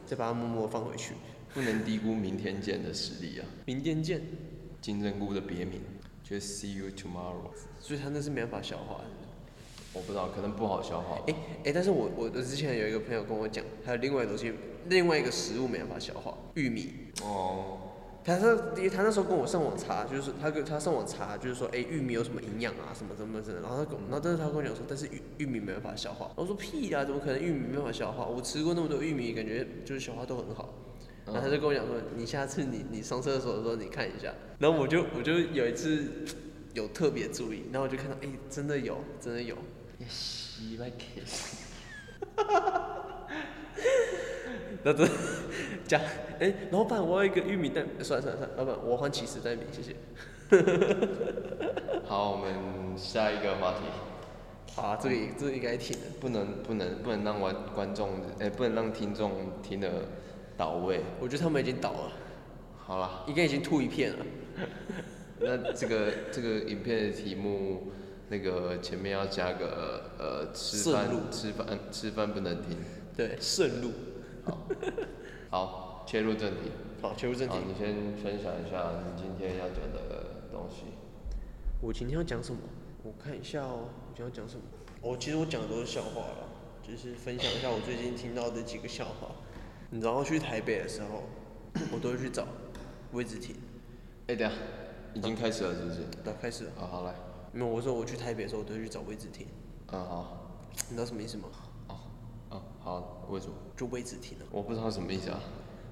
再把它默默放回去，
不能低估明天见的实力啊！
明天见。
金针菇的别名就是 See you tomorrow。
所以他那是没办法消化的。
我不知道，可能不好消化吧。
哎、哎、但是我我我之前有一个朋友跟我讲，还有另外一个东西，另外一个食物没办法消化，玉米。
哦，
他说，因为他那时候跟我上网查，就是他跟他上网查，就是说，哎、玉米有什么营养啊，什么什么什么。然后他跟我，然后但是他跟我讲说，但是玉玉米没办法消化。我说屁啊，怎么可能玉米没办法消化？我吃过那么多玉米，感觉就是消化都很好。
嗯
然后他就跟我讲说，你下次你你上厕所的时候你看一下。然后我就我就有一次有特别注意，然后我就看到，哎、真的有，真的有。
西麦 kiss。
那这加，哎、老板，我要一个玉米蛋，哎算了算了算了，老板，我换起司蛋饼，谢谢。
好，我们下一个话题，
啊，这个也这个应该挺的。
不能不能不能让观观众哎、不能让听众听得倒位。
我觉得他们已经倒了，
好啦，
应该已经吐一片了。
那这个这个影片的题目，那个前面要加个呃吃
摄
饭
入
吃饭吃饭不能停。
对，渗入。
好，切入正题。
好，切入正题
好，。你先分享一下你今天要讲的东西。
我今天要讲什么？我看一下哦，我今天要讲什么？我、其实我讲的都是笑话了，就是分享一下我最近听到的几个笑话。你知道去台北的时 候，我都会去找魏子婷。
哎、等一下，已经开始了是不是？
对，开始了。
啊，好来，
没有，我说我去台北的时候，我都会去找魏子婷。
嗯，好，
你知道什么意思吗？
嗯，好，为什么？
就魏子婷啊，
我不知道什么意思啊。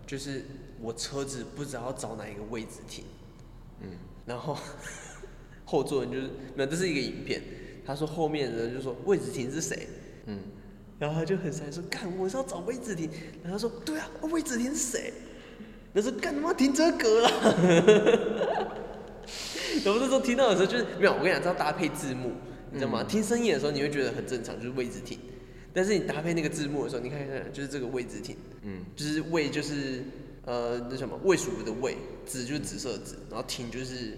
就是我车子不知道要找哪一个位置停，嗯，然后 后座人就是没有，这是一个影片，他说后面的人就说位置停是谁，
嗯，
然后他就很sad 说：“干，我是要找魏子婷。”然后他说：“对啊，魏子婷是谁？”他说：“干他妈停车格啦！” 然后那时候听到的时候就是没有，我跟你讲，这要搭配字幕，你知道吗？听声音的时候你会觉得很正常，就是魏子婷。但是你搭配那个字幕的时候，你看一下，就是这个魏子婷，
嗯，
就是魏就是呃那什么魏蜀吴的魏，紫就是紫色的紫，然后婷就是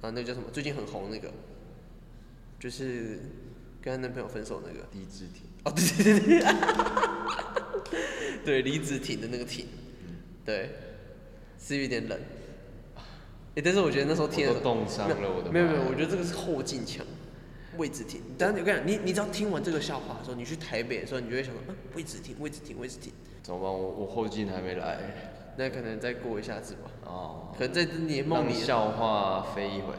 啊那个叫什么？最近很红那个，就是跟她男朋友分手那个。
低肢体。
哦，对对对对， 对李子婷的那个婷，对，是有点冷。哎、但是我觉得那时候听的
我
时
都
候
冻伤了，我的妈
没有
呀
没有，我觉得这个是后劲强。魏子婷，但是我跟你讲，你你只要听完这个笑话的时候，你去台北的时候，你就会想说，啊，魏子婷，魏子婷，魏子婷。
怎么办？我我后劲还没来。
那可能再过一下子吧，
哦，
可能在你的梦
让
里。
笑话飞一回。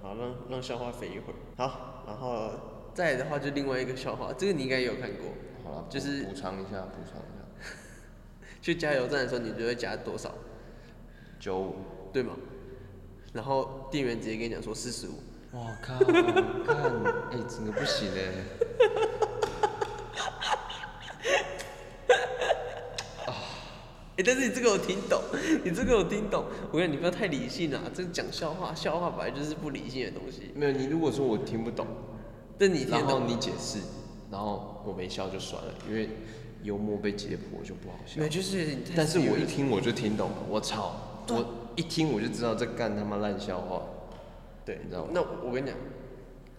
好，让让笑话飞一会儿。好，然后再来的话就另外一个笑话，这个你应该也有看过，
好了，补
就是
补偿一下，补偿一下。
去加油站的时候，你就会加多少？
九五。
对吗？然后店员直接跟你讲说四十五，
我靠， 看，哎、整个不行哎、
哎，但是你这个我听懂， 你这个我听懂。我跟你讲，你不要太理性了、这个讲笑话，笑话本来就是不理性的东西。
没有，你如果说我听不懂，
但你听
然后
懂，
你解释，然后我没笑就算了，因为幽默被解剖就不好笑
没有。就是你太
但是我
serious
一听我就听懂了，我操，我一听我就知道这干他妈烂笑话。
对
你知道吗，
那我跟你讲，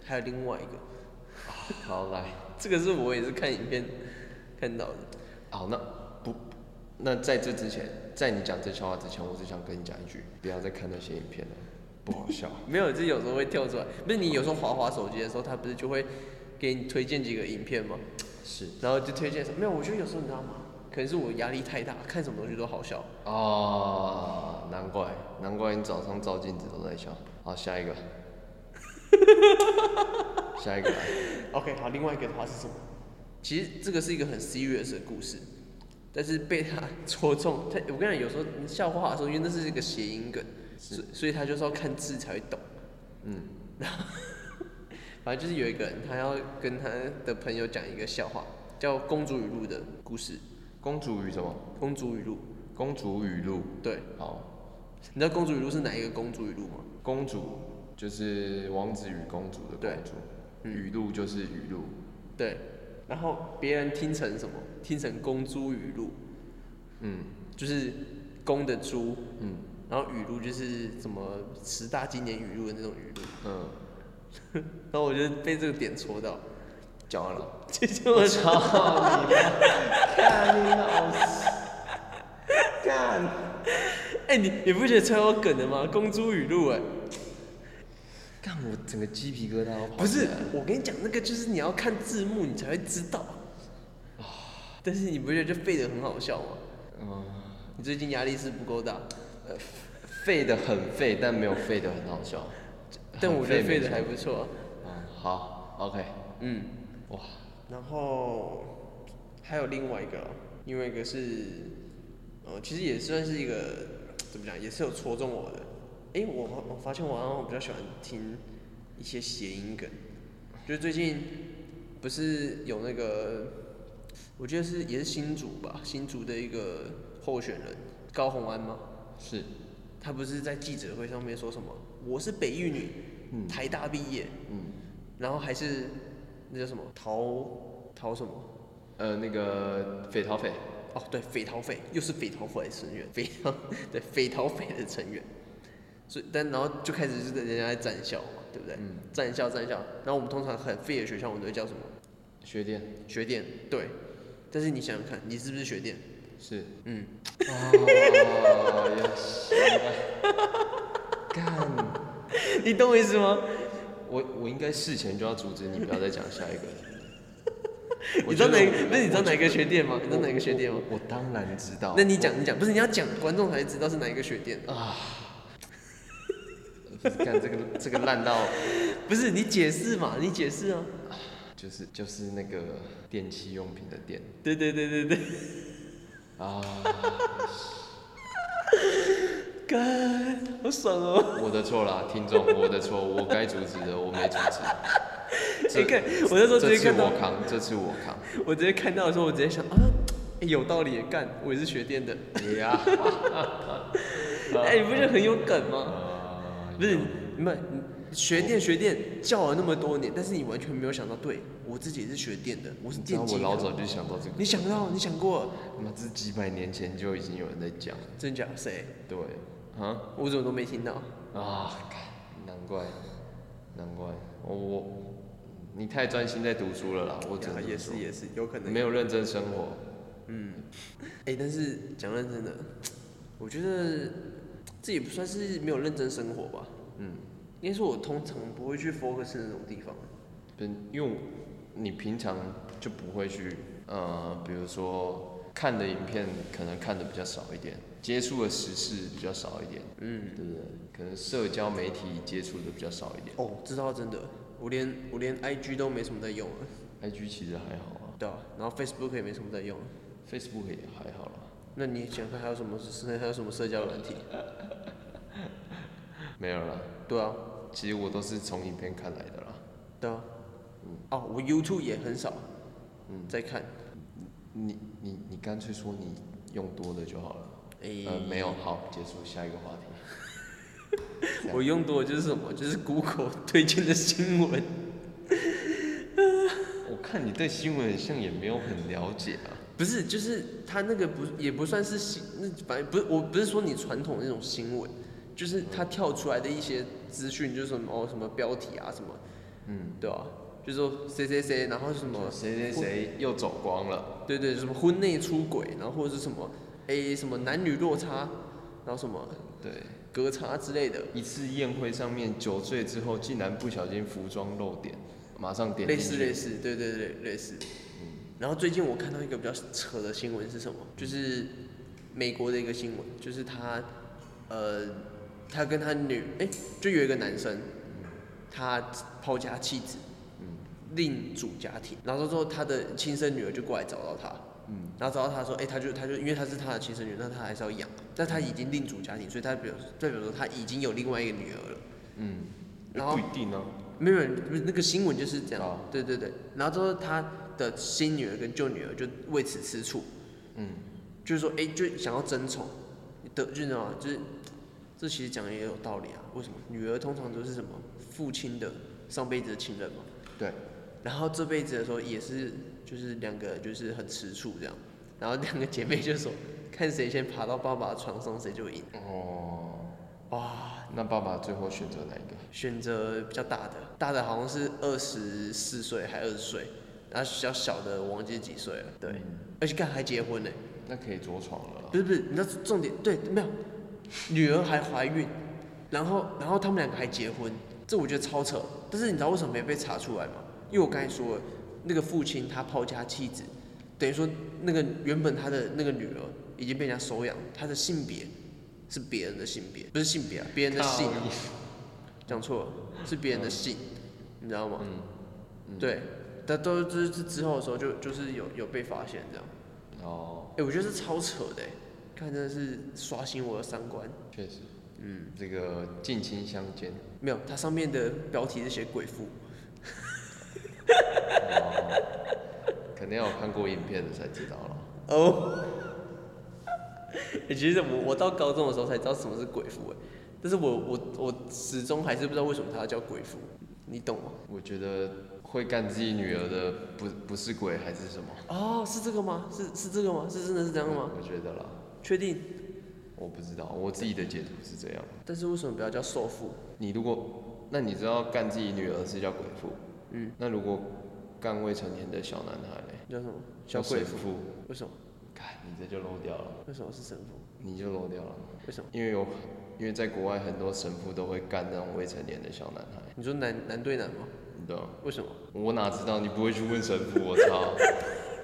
还有另外一个，
好，来，
这个是我也是看影片看到的。
好，那不，那在这之前，在你讲这笑话之前，我只想跟你讲一句，不要再看那些影片了，不好笑。
没有，这有时候会跳出来。不是你有时候滑滑手机的时候，它不是就会给你推荐几个影片吗？
是
然后就推荐什么？没有，我觉得有时候你知道吗？可能是我压力太大，看什么东西都好笑。
哦，难怪，难怪你早上照镜子都在笑。好，下一个，下一个来，
OK，好，另外一个的话是什么？其实这个是一个很 serious 的故事，但是被他戳中。他我跟你讲，有时候你笑话的时候，因为那是一个谐音梗，
是
所以所以他就是要看字才会懂。
嗯，
反正就是有一个人，他要跟他的朋友讲一个笑话，叫《公主语录》的故事，
公主与什么？
《公主语录
公主语录。》
对，
好，
你知道《公主语录》是哪一个《公主语录》吗？
公主就是王子与公主的公主，
对嗯
语录就是语录。
对，然后别人听成什么？听成《公猪语录》，
嗯
就是公的猪，
嗯
然后语录就是什么十大经典语录的那种语录。
嗯，
然后我就被这个点戳到，
讲完了。
这就
操你妈！干你老师！干！
哎、你你不觉得超有梗的吗？公猪语录哎、
干我整个鸡皮疙瘩都跑
不
起
是
来了，
我跟你讲，那个就是你要看字幕你才会知道。但是你不觉得就废的很好笑吗？
嗯，
你最近压力是不够大，
废的很废，但没有废的很好 笑。
但我觉得
很
废
废
的
没
还不错啊、
嗯，好，OK，
嗯，
哇，
然后还有另外一个哦，另外一个是，呃，其实也算是一个怎么讲，也是有戳中我的。诶，我发我发现我好像比较喜欢听一些谐音梗，就是最近不是有那个，我记得是也是新竹吧，新竹的一个候选人高虹安吗？
是，
他不是在记者会上面说什么我是北育女，
嗯
台大毕业，
嗯，
然后还是那叫什么陶陶什么？
呃，那个匪逃匪，
哦，对，匪逃匪又是匪逃匪的成员，匪逃对匪逃匪的成员，所以但然后就开始就是人家在站校嘛，对不对？
嗯，
站校站校，然后我们通常很废的学校，我们都会叫什么
学店
学店，对。但是你想想看，你是不是学店？
是，
嗯，
哦，要死了干。
你懂我意思吗？。
我我应该事前就要阻止你不要再讲下 一个了
你知道
我
哪
觉得
个？
我
不是你知道哪个学店吗？你知道哪个学店吗？
我哦当然知道。
那你讲，你讲，不是你要讲，观众才知道是哪一个学店。
看这个这个烂到，
不是你解释嘛？你解释啊。
就是就是那个电器用品的店
对对对对对，
啊，
干，好爽哦！
我的错啦，听众，我的错，我该阻止的我没阻止。
你看，我那时候直
这
接
次
看到
我，扛，这次我扛。
我直接看到的时候，我直接想啊，欸有道理耶，干，我也是学店的。
呀，
哎，你不觉得很有梗吗？
啊
不是，你们学店学店叫了那么多年，但是你完全没有想到，对我自己也是学店的，我是
你知道
电
我
机
老
科。
早就想到这个，
你想到，你想过了，
他妈这几百年前就已经有人在讲了。
真假谁？
对，啊。
我怎么都没听到？
啊，干难怪，难怪我我你太专心在读书了啦，我只
啊
能
也是也是有可能
没。有认真生活。
哎、但是讲认真的，我觉得这也不算是没有认真生活吧。
嗯，
应该说我通常不会去 focus 那种地方。
对，因为你平常就不会去呃，比如说看的影片可能看的比较少一点，接触的时事比较少一点，
嗯，
对不对？可能社交媒体接触的比较少一点
哦，知道真的，我连我连 IG 都没什么在用了，
，IG 其实还好啊
对啊，然后 Facebook 也没什么在用了。
，Facebook 也还好啦，
那你想看还有什么社还有什么社交软体？
没有啦，
对啊，
其实我都是从影片看来的啦。
对啊。哦，我 YouTube 也很少
嗯
在看。
你你你干脆说你用多的就好了。
诶、
呃，没有，好，结束下一个话题。
我用多的就是什么？就是 Google 推荐的新闻。
我看你对新闻好像也没有很了解啊。
不是，就是他那个不也不算是新，那反正不是，我不是说你传统那种新闻，就是他跳出来的一些资讯，就是什么哦什么标题啊什么，
嗯，
对吧、就是说谁谁谁，然后什么，
谁谁谁又走光了？
对对，什么婚内出轨，然后或者是什么，诶、什么男女落差，然后什么
对，
隔差之类的，
一次宴会上面酒醉之后，竟然不小心服装漏点，马上点嗯
类似类
似。
似，对对对类似。然后最近我看到一个比较扯的新闻是什么？就是美国的一个新闻，就是他呃，他跟他女哎、就有一个男生，
嗯
他抛家弃子，另组家庭，然后之后他的亲生女儿就过来找到他。
嗯，
然后找到他说，哎、他就他就因为他是他的亲生女儿，那他还是要养，但他已经另组家庭，所以他表代表说他已经有另外一个女儿了。
嗯，
然后
不一定啊。
没有，没有不是那个新闻就是这样。
哦
对对对，然后之后他的新女儿跟旧女儿就为此吃醋，
嗯，
就是说，哎、就想要争宠，得就是什么，就是这其实讲得也有道理啊。为什么女儿通常都是什么父亲的上辈子的情人嘛，
对，
然后这辈子的时候也是就是两个就是很吃醋这样，然后两个姐妹就说，看谁先爬到爸爸的床上谁就赢。
哦，
哇，
那爸爸最后选择哪一个？
选择比较大的，大的好像是二十四岁还二十岁，然后比较小的我忘记几岁了。对，
嗯哦
而且干还结婚呢、
那可以着床了啦
不。是不是，你知道重点对没有？女儿还怀孕，然后然后他们两个还结婚，这我觉得超扯。但是你知道为什么没被查出来吗？因为我刚才说了，那个父亲他抛家弃子，等于说那个原本他的那个女儿已经被人家收养，她的性别是别人的性别，不是性别啊，别人的性啊、讲错了，是别人的姓，你知道吗？
嗯
对，但都就是之后的时候就就是有有被发现这样。
哦，
哎、我觉得是超扯的、欸，看真的是刷新我的三观。
确实，嗯，这个近亲相奸。
没有，它上面的标题是写鬼父，
哦，肯定要有看过影片的才知道了。
哦、 欸其实我我到高中的时候才知道什么是鬼父、欸，但是我我我始终还是不知道为什么它叫鬼父，你懂吗？
我觉得会干自己女儿的不不是鬼还是什么？
哦，是这个吗？是是这个吗？是真的是这样吗？
嗯我觉得啦，
确定？
我不知道，我自己的解读是这样。
但是为什么不要叫兽父？
你如果那你知道干自己女儿是叫鬼父，
嗯，
那如果干未成年的小男孩嘞，
叫什么？
叫
小鬼
神
父？
父，
为什么？
看你这就漏掉了，
为什么是神父？
你就漏掉了，
为什么？
因为有因为在国外很多神父都会干那种未成年的小男孩，
你说男男对男吗？
你懂吗？
为什么？
我哪知道你不会去问神父，我 操！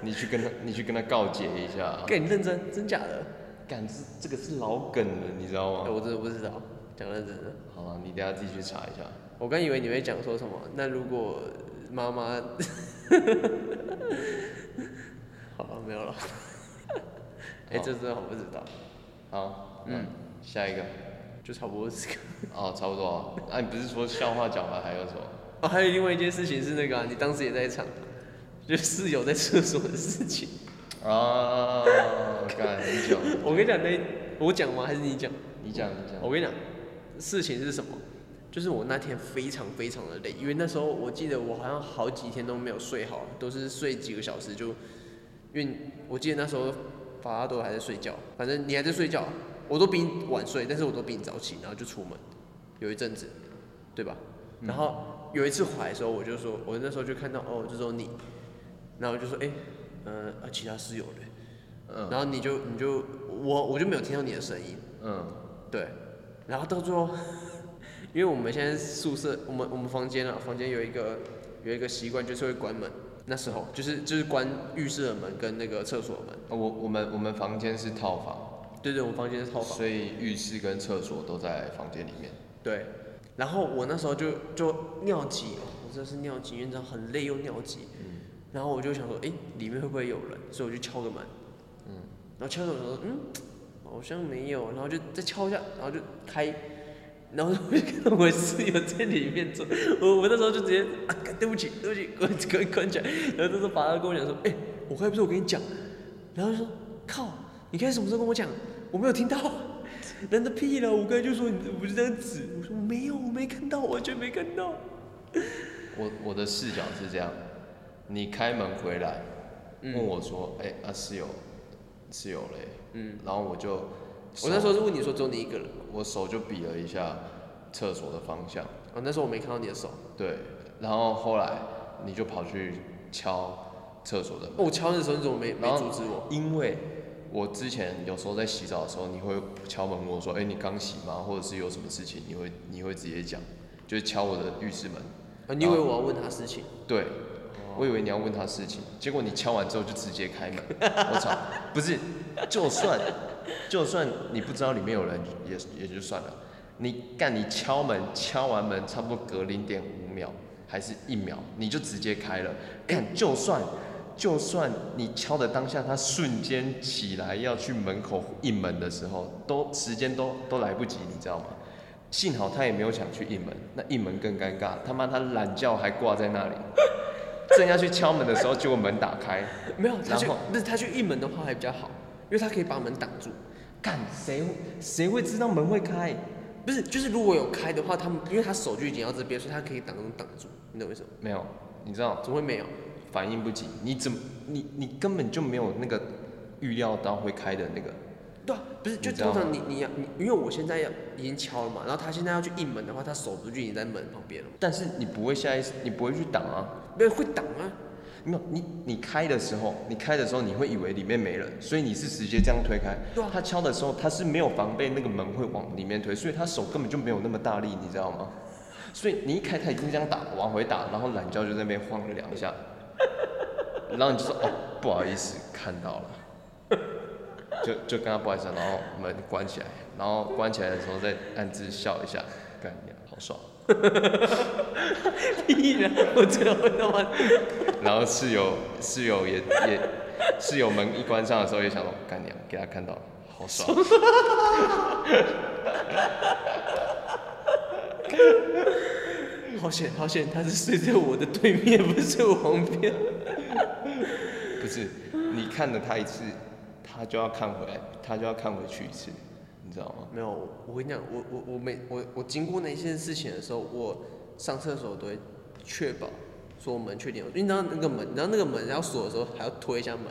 你去跟他，你去跟他告解一下。
干，你认真？真假的？
感这这个是老梗了，你知道
哎、
吗？
我真的不知道，讲认真的。
好了，你等下自己去查一下。
我刚以为你会讲说什么，那如果妈妈， 好了，没有了。哎、这真的我不知道，
好，嗯，下一个。
就差不多是这个。
哦，差不多啊。啊，你不是说笑话讲完还有什么？
哦，还有另外一件事情是那个、啊，你当时也在场，就是室友在厕所的事情。
啊，干，你讲，
我跟你讲，那我讲吗？还是你讲？
你讲，你讲。
我跟你讲，事情是什么？就是我那天非常非常的累，因为那时候我记得我好像好几天都没有睡好，都是睡几个小时就，因为我记得那时候法拉多还在睡觉，反正你还在睡觉，我都比你晚睡，但是我都比你早起，然后就出门，有一阵子，对吧？然后有一次回来的时候，我就说，我那时候就看到哦，这时候你，然后我就说，哎、呃，啊，其他室友嘞，
嗯
然后你就你就我我就没有听到你的声音，
嗯
对，然后到最后， 因为我们现在宿舍，我们我们房间啊，房间有一个有一个习惯就是会关门，那时候就是就是关浴室的门跟那个厕所的门。
我我们我们房间是套房，
对对，我们房间是套房。
所以浴室跟厕所都在房间里面。
对，然后我那时候就就尿急，我真的是尿急，因为你知道很累又尿急。然后我就想说，诶，里面会不会有人？所以我就敲个门。然后敲个门说，嗯，好像没有。然后就再敲一下，然后就开。然后我就看到我室友在里面坐，我我那时候就直接啊，干对不起，对不起，关关关起来。然后那时候把他跟我讲说，诶，我刚才不是我跟你讲，然后就说靠，你刚才什么时候跟我讲？我没有听到。难道屁了？我刚才就说你不是这样子，我说没有，我没看到，完全没看到。
我我的视角是这样，你开门回来，
嗯
问我说，哎、啊室友，室友嘞，
嗯，
然后我就，
我那时候是问你说只有你一个人吗？
我手就比了一下厕所的方向，
哦，那时候我没看到你的手，哦
对，然后后来你就跑去敲厕所的门，
哦，我敲你的时候你怎么没没
然后
阻止我？哦
因为我之前有时候在洗澡的时候，你会敲门问我说，哎、你刚洗吗？或者是有什么事情，你会你会直接讲，就是敲我的浴室门，
啊，你以为我要问他事情？
对，我以为你要问他事情，结果你敲完之后就直接开门，我操！不是，就算就算你不知道里面有人也也就算了，你干你敲门，敲完门差不多隔零点五秒还是一秒，你就直接开了，干就算。就算你敲的当下，他瞬间起来要去门口应门的时候，都时间都都来不及，你知道吗？幸好他也没有想去应门，那应门更尴尬，他妈他懒觉还挂在那里， 正要去敲门的时候，结果门打开，
没有，他去
然后
不是他去一门的话还比较好，因为他可以把门挡住。
干谁谁会知道门会开？
不是，就是如果有开的话，他们因为他手就已经要这边，所以他可以挡挡住，你懂我意思吗？
没有，你知道
怎么会没有？
反应不及，你怎么你你根本就没有那个预料到会开的那个，
对啊，不是，就
你知道
通常你你要你，因为我现在要已经敲了嘛，然后他现在要去应门的话，他手不是就已经在门旁边了吗？
但是你不会下意识，你不会去挡啊，
没有会挡啊，
没有，你你开的时候，你开的时候你会以为里面没人，所以你是直接这样推开。
对啊
他敲的时候，他是没有防备那个门会往里面推，所以他手根本就没有那么大力，你知道吗？所以你一开他已经这样打，往回打，然后懒觉就在那边晃了两 下，然后你就说哦，不好意思，看到了，就就跟他不好意思，然后门关起来，然后关起来的时候再暗自笑一下，干你好爽。
依然我真的会他妈
然后室友室友也也室友门一关上的时候也想说，干娘给他看到，好爽。
好险好险，他是睡在我的对面，不是我旁边。
不是，你看了他一次，他就要看回来，他就要看回去一次，你知道吗？
没有，我我跟你讲，我我我每我我经过那件事情的时候，我上厕所都会确保说门确定有，因为你知道那个门，你知道那个门要锁的时候还要推一下门，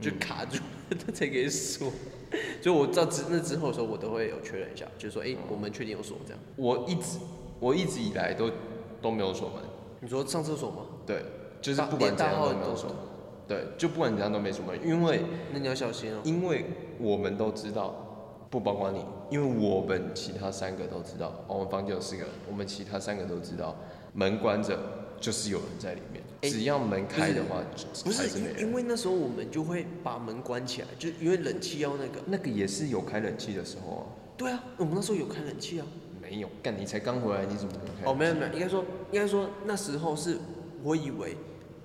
就卡住，他才可以锁。 所以我知道之那之后的时候，我都会有确认一下，就是说，哎、我们确定有锁这样。
我一直我一直以来都都没有锁门，
你说上厕所吗？
对，就是
大
不管
连
怎
大
样
号
都没有
都
锁。对，就不管怎样都没什么，因为
那你要小心哦、
因为我们都知道，不包括你，因为我们其他三个都知道，哦，我们房间有四个人，我们其他三个都知道，门关着就是有人在里面，
诶
只要门开的话，
不
还
是
是没
因
人。
因为那时候我们就会把门关起来，就是因为冷气要那个。
那个也是有开冷气的时候啊，
对啊，我们那时候有开冷气啊。
没有，干你才刚回来，你怎么可能开？
哦，没有没有，应该说应该说那时候是我以为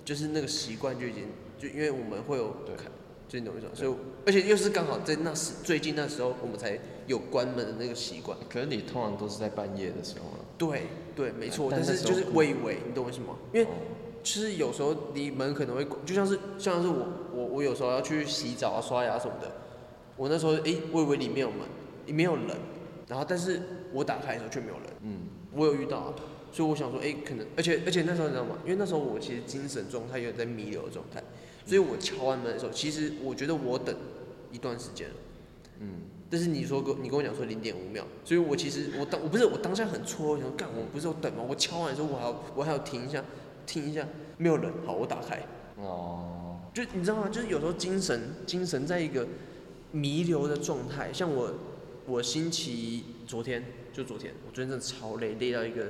就是那个习惯就已经就因为我们会有
对
开，就你懂我意思吗？所以而且又是刚好在那时最近那时候我们才有关门的那个习惯。
可是你通常都是在半夜的时候啊，
对对，没错，
哎但
但
那
是
时候
就是
不
我以为你懂我意思吗？因为
哦
就是有时候你门可能会关，就像是像是我我我有时候要去洗澡啊、刷牙什么的，我那时候诶、我以为里面有门，里面有人，然后但是我打开的时候却没有人，
嗯，
我有遇到啊，所以我想说诶、可能而且而且那时候你知道吗？因为那时候我其实精神状态有点在弥留的状态，所以我敲完门的时候，其实我觉得我等一段时间了。
嗯
但是你说跟你跟我讲说零点五秒，所以我其实我当我不是我当下很错愕，我想说干我不是有等吗？我敲完的时候我还要我还要停一下，听一下没有人，好我打开，
哦，
就你知道吗？就是有时候精神精神在一个弥留的状态，像我我星期昨天就昨天，我昨天真的超累，累到一个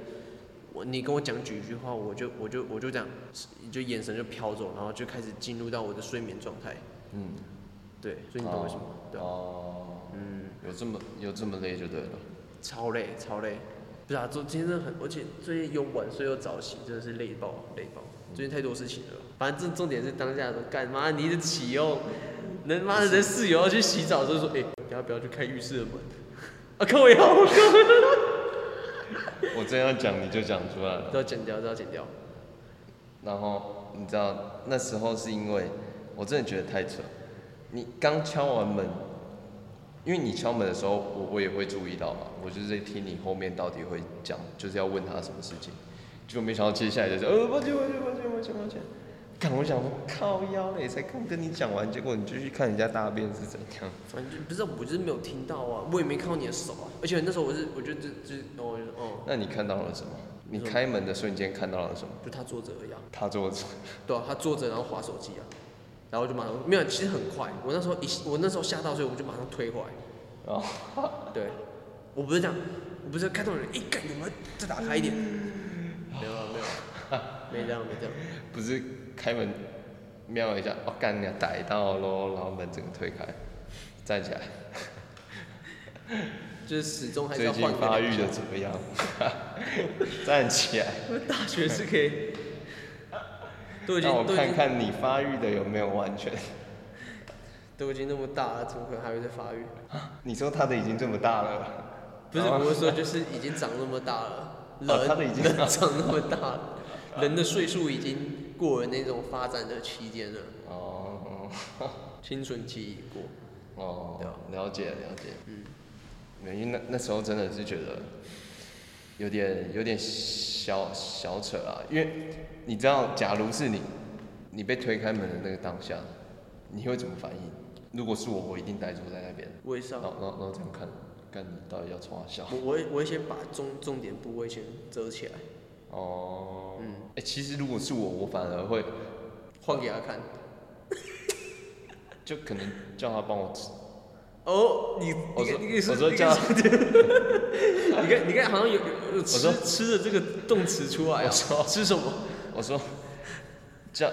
我你跟我讲几句话，我就我就我就这样，就眼神就飘走，然后就开始进入到我的睡眠状态，
嗯，
对，所以你懂为什么？对啊，
哦，
嗯。
有这么有这么累就对了，
超累，超累。不是啊，昨天真的很，而且最近又晚睡又早起，真的是累爆，累爆。最近太多事情了，反正重重点是当下都干妈，你一直起哦，人妈的人室友要去洗澡，就说哎、不要不要去开浴室的门，啊靠腰，
我这样讲你就讲出来了。
都要剪掉，都要剪掉。
然后你知道那时候是因为我真的觉得太扯，你刚敲完门，因为你敲门的时候，我我也会注意到嘛，我就是在听你后面到底会讲，就是要问他什么事情，就没想到接下来就是呃抱歉抱歉抱歉抱歉抱歉，看我想说靠腰嘞，才刚跟你讲完，结果你就去看人家大便是怎样，
反正就不是，我就是没有听到啊，我也没看到你的手啊。而且那时候我是，我就就就，哦，我就哦，
那你看到了什么？你开门的瞬间看到了什么？
就他坐着而已啊。
他坐 着，
对啊，他坐着然后划手机啊，然后就马上没有，其实很快。我那时候一我那时候吓到，所以我就马上推回来。
哦，
对，我不是这样，我不是看到人，一干有没有再打开一点？
嗯
没有啊没有啊，没这样没这样。
不是开门瞄一下，哦，干你啊逮到喽，然后门整个推开，站起来。
就是始终还是
最
要
近
换个
发
两
育的
下
怎么样？站起来，
我们大学是可以， 都已经
让我
都已
看
经
看你发育的有没有完全。
都已经那么大了，怎么可能还会再发育？
你说他的已经这么大了，
不是，
然后
我是说就是已经长那么大了， 人、
哦他的已经
人 长那么大了，人的岁数已经过了那种发展的期间了，
哦
青春期已过。对
哦
啊，
了解了解，
嗯，
因为那那时候真的是觉得有点有点小小扯啊，因为你知道，假如是你，你被推开门的那个当下，你会怎么反应？如果是我，我一定呆坐在那边，
我也是
然
啊，
后然后然后这样看，看你到底要冲笑。
我我会我会先把重重点部位先遮起来，
哦，
嗯。
哎、其实如果是我，我反而会
换给他看。
就可能叫他帮我吃。
哦，你
我
你
说
看你
我说叫，
你看你看你看好像有有有吃
说
吃的这个动词出来啊
我，说
吃什么？
我说叫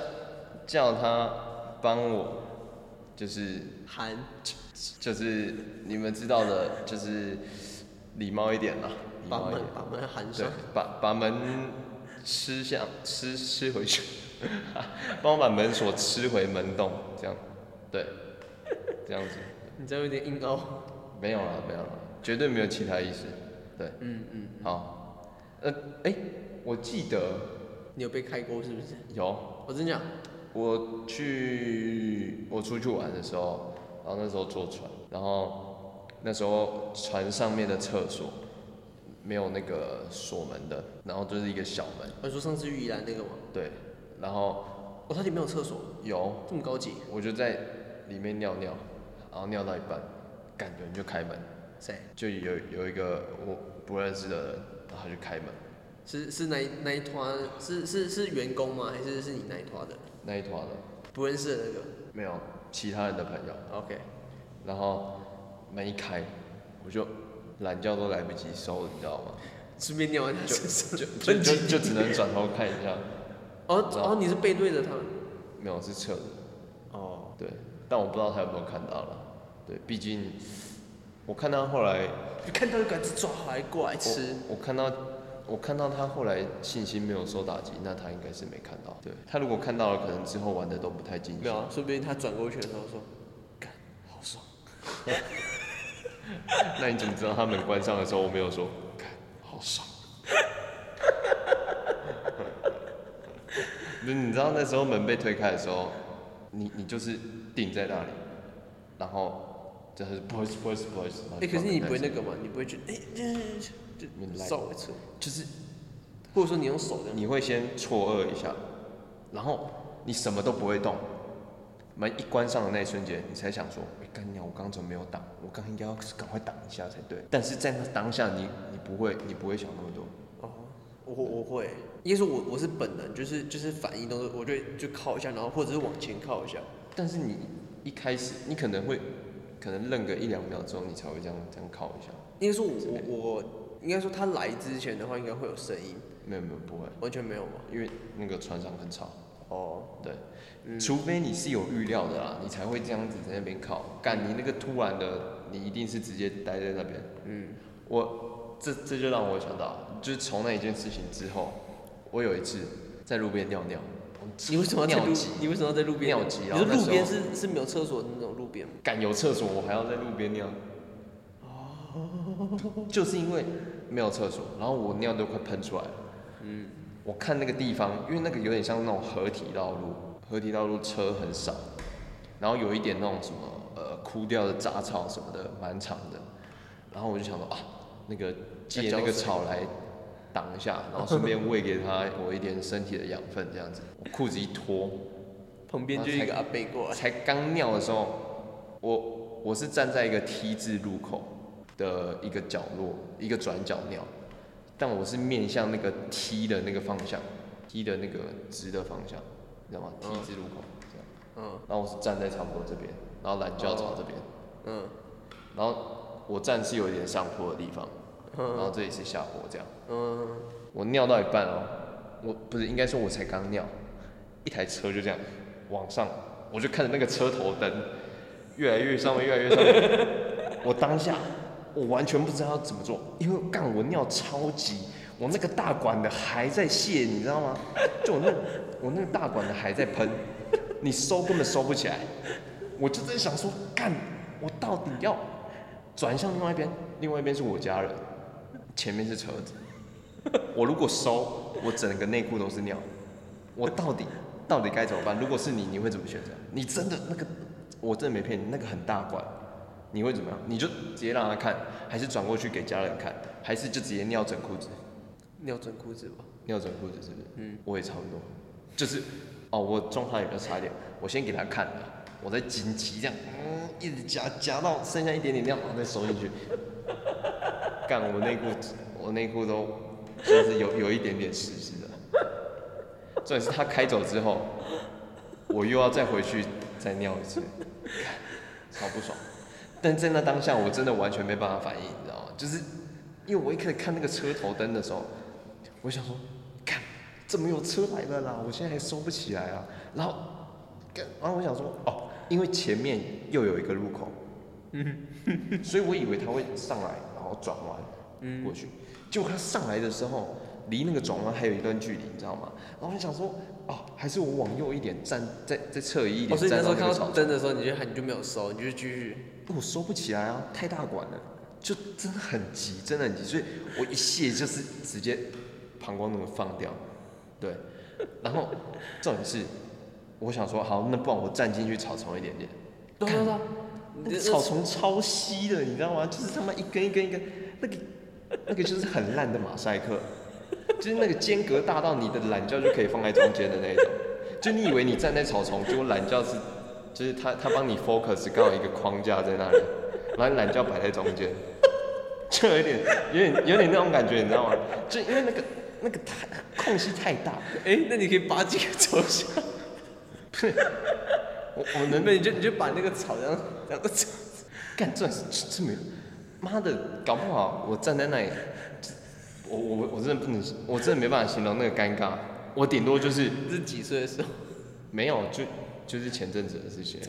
叫他帮我，就是
含
就是你们知道的，就是礼貌一点啦，礼
把
貌一
门
点，
把门含
对
上，，
把把门吃向吃吃回去， 帮我把门锁吃回门洞，这样，对，这样子，
你这样有点硬凹。
没有了没有了，绝对没有其他意思，对。
嗯嗯，
好，呃，哎、我记得
你有被开锅是不是？
有
我真讲，
我去我出去玩的时候，然后那时候坐船，然后那时候船上面的厕所没有那个锁门的，然后就是一个小门，
我说上次去宜兰那个吗？
对，然后
哦，它里面有厕所，
有
这么高级？
我就在里面尿尿，然后尿到一半，感觉就开门，
谁？
就有有一个我不认识的人，然后他就开门，
是是那一那一团是是是员工吗？还是是你那一团的？
那一团的，
不认识的那
没有其他人的朋友，
个，OK，
然后门一开，我就懒觉都来不及收，你知道吗？
顺便尿在他
就
身上，
就就
喷
就
气
就只能转头看一下，
哦哦，你是背对着他们，
没有是侧的，
哦，
对，但我不知道他有没有看到了，对，毕竟我看他后来，
你看到就赶紧抓好来过来吃，
我看到我看到他后来信心没有受打击，那他应该是没看到，对他如果看到了，可能之后玩的都不太尽
没有
兴，
啊，说不定他转过去的时候说，干，好爽，
那你怎么知道他门关上的时候我没有说，看好爽？ 那你知道那时候门被推开的时候，你你就是定在那里，然后就是不好意思不好意思不好意思。然后
哎、
就
可是你不会
放
那
在
个嘛，你不会去，哎、就
你
就
来
稍微扯，
就是
或者说你用手这样，
你会先错愕一下，然后你什么都不会动，门一关上的那一瞬间，你才想说，哎、干娘，我刚刚怎么没有挡？我刚应该要赶快挡一下才对。但是在那当下你，你不会，你不会想那么多。
哦，我我会，应该说我我是本能，就是就是反应都是，我就会就靠一下，然后或者是往前靠一下，
但是你一开始，你可能会，可能愣个一两秒之后，你才会这样这样靠一下。
应该说我我我应该说他来之前的话，应该会有声音，
没有没有，不会，
完全没有嘛，
因为那个船上很吵，
哦，
对，除非你是有预料的啊啦，你才会这样子在那边靠。干你那个突然的，你一定是直接待在那边。
嗯，
我这这就让我想到，就是从那一件事情之后，我有一次在路边尿尿，
你为什么要在路
尿急？
你为什么要在路边？
尿急
你
然
说
后那
路边
时
是是没有厕所的那种路边吗？
敢有厕所，我还要在路边尿。就是因为没有厕所，然后我尿都快喷出来了。嗯，我看那个地方，因为那个有点像那种合体道路，合体道路车很少，然后有一点那种什么呃枯掉的杂草什么的，蛮长的。然后我就想说啊，那个借那个草来挡一下，然后顺便喂给它我一点身体的养分，这样子。我裤子一脱，
旁边就一个阿伯过来，
才刚尿的时候，我我是站在一个 T 字路口的一个角落，一个转角尿，但我是面向那个 T 的那个方向，T 的那个直的方向，你知道吗？T 字路口这样，
嗯
然后我是站在差不多这边，然后懒觉朝这边，
嗯
然后我站是有一点上坡的地方，然后
嗯
这里是下坡这样。
嗯，
我尿到一半哦，我不是应该说我才刚尿，一台车就这样往上，我就看着那个车头灯越来越上面，越来越上面， 我当下我完全不知道要怎么做，因为干我尿超级，我那个大管的还在泄，你知道吗？就我那我那个大管的还在喷，你收根本收不起来，我就在想说干我到底要转向另外一边，另外一边是我家人，前面是车子。 我如果收，我整个内裤都是尿，我到底到底该怎么办？如果是你，你会怎么选择？你真的那个，我真的没骗你，那个很大管，你会怎么样？你就直接让他看，还是转过去给家人看，还是就直接尿整裤子？
尿整裤子吧，
尿整裤子是不是？
嗯，
我也差不多，就是哦，我状态比较差一点，我先给他看，我再紧急这样，嗯，一直夹夹到剩下一点点尿，然后再收进去。 干，我内裤，我内裤都就是有有一点点湿湿的。重点是他开走之后，我又要再回去再尿一次，干超不爽。但在那当下，我真的完全没办法反应，你知道吗？就是因为我一开始看那个车头灯的时候，我想说，看怎么有车来了啦？我现在还收不起来啊。然后，干然后我想说，哦，因为前面又有一个路口，嗯，所以我以为他会上来，然后转弯过去。结果他上来的时候，离那个转弯还有一段距离，你知道吗？然后我想说，哦，还是我往右一点站，再再侧移一
哦，
点，
所以那
站
时
到那
候看
个草
到灯的时候，你就喊你就没有收，你就继续，
我收不起来啊，太大管了，就真的很急，真的很急，所以我一卸就是直接膀胱那么放掉，对，然后重点是，我想说好，那不然我站进去草丛一点点，
对对对，
那
你
个
的
草丛啊超稀的，你知道吗？就是他妈一根一根一根，那个那个就是很烂的马赛克，就是那个间隔大到你的懒觉就可以放在中间的那一种。就你以为你站在草丛，结果懒觉是，就是他他帮你 focus 刚好一个框架在那里，然后懒觉摆在中间，就有点有点有点那种感觉，你知道吗？就因为那个那个太空隙太大，
哎、那你可以拔几个抽象，
我我能
那你就你就把那个草这样这样子，
干钻石这这没有，妈的，搞不好我站在那里，我我我真的不能，我真的没办法形容那个尴尬，我顶多就是
你是几岁的时候？
没有，就就是前阵子的事情。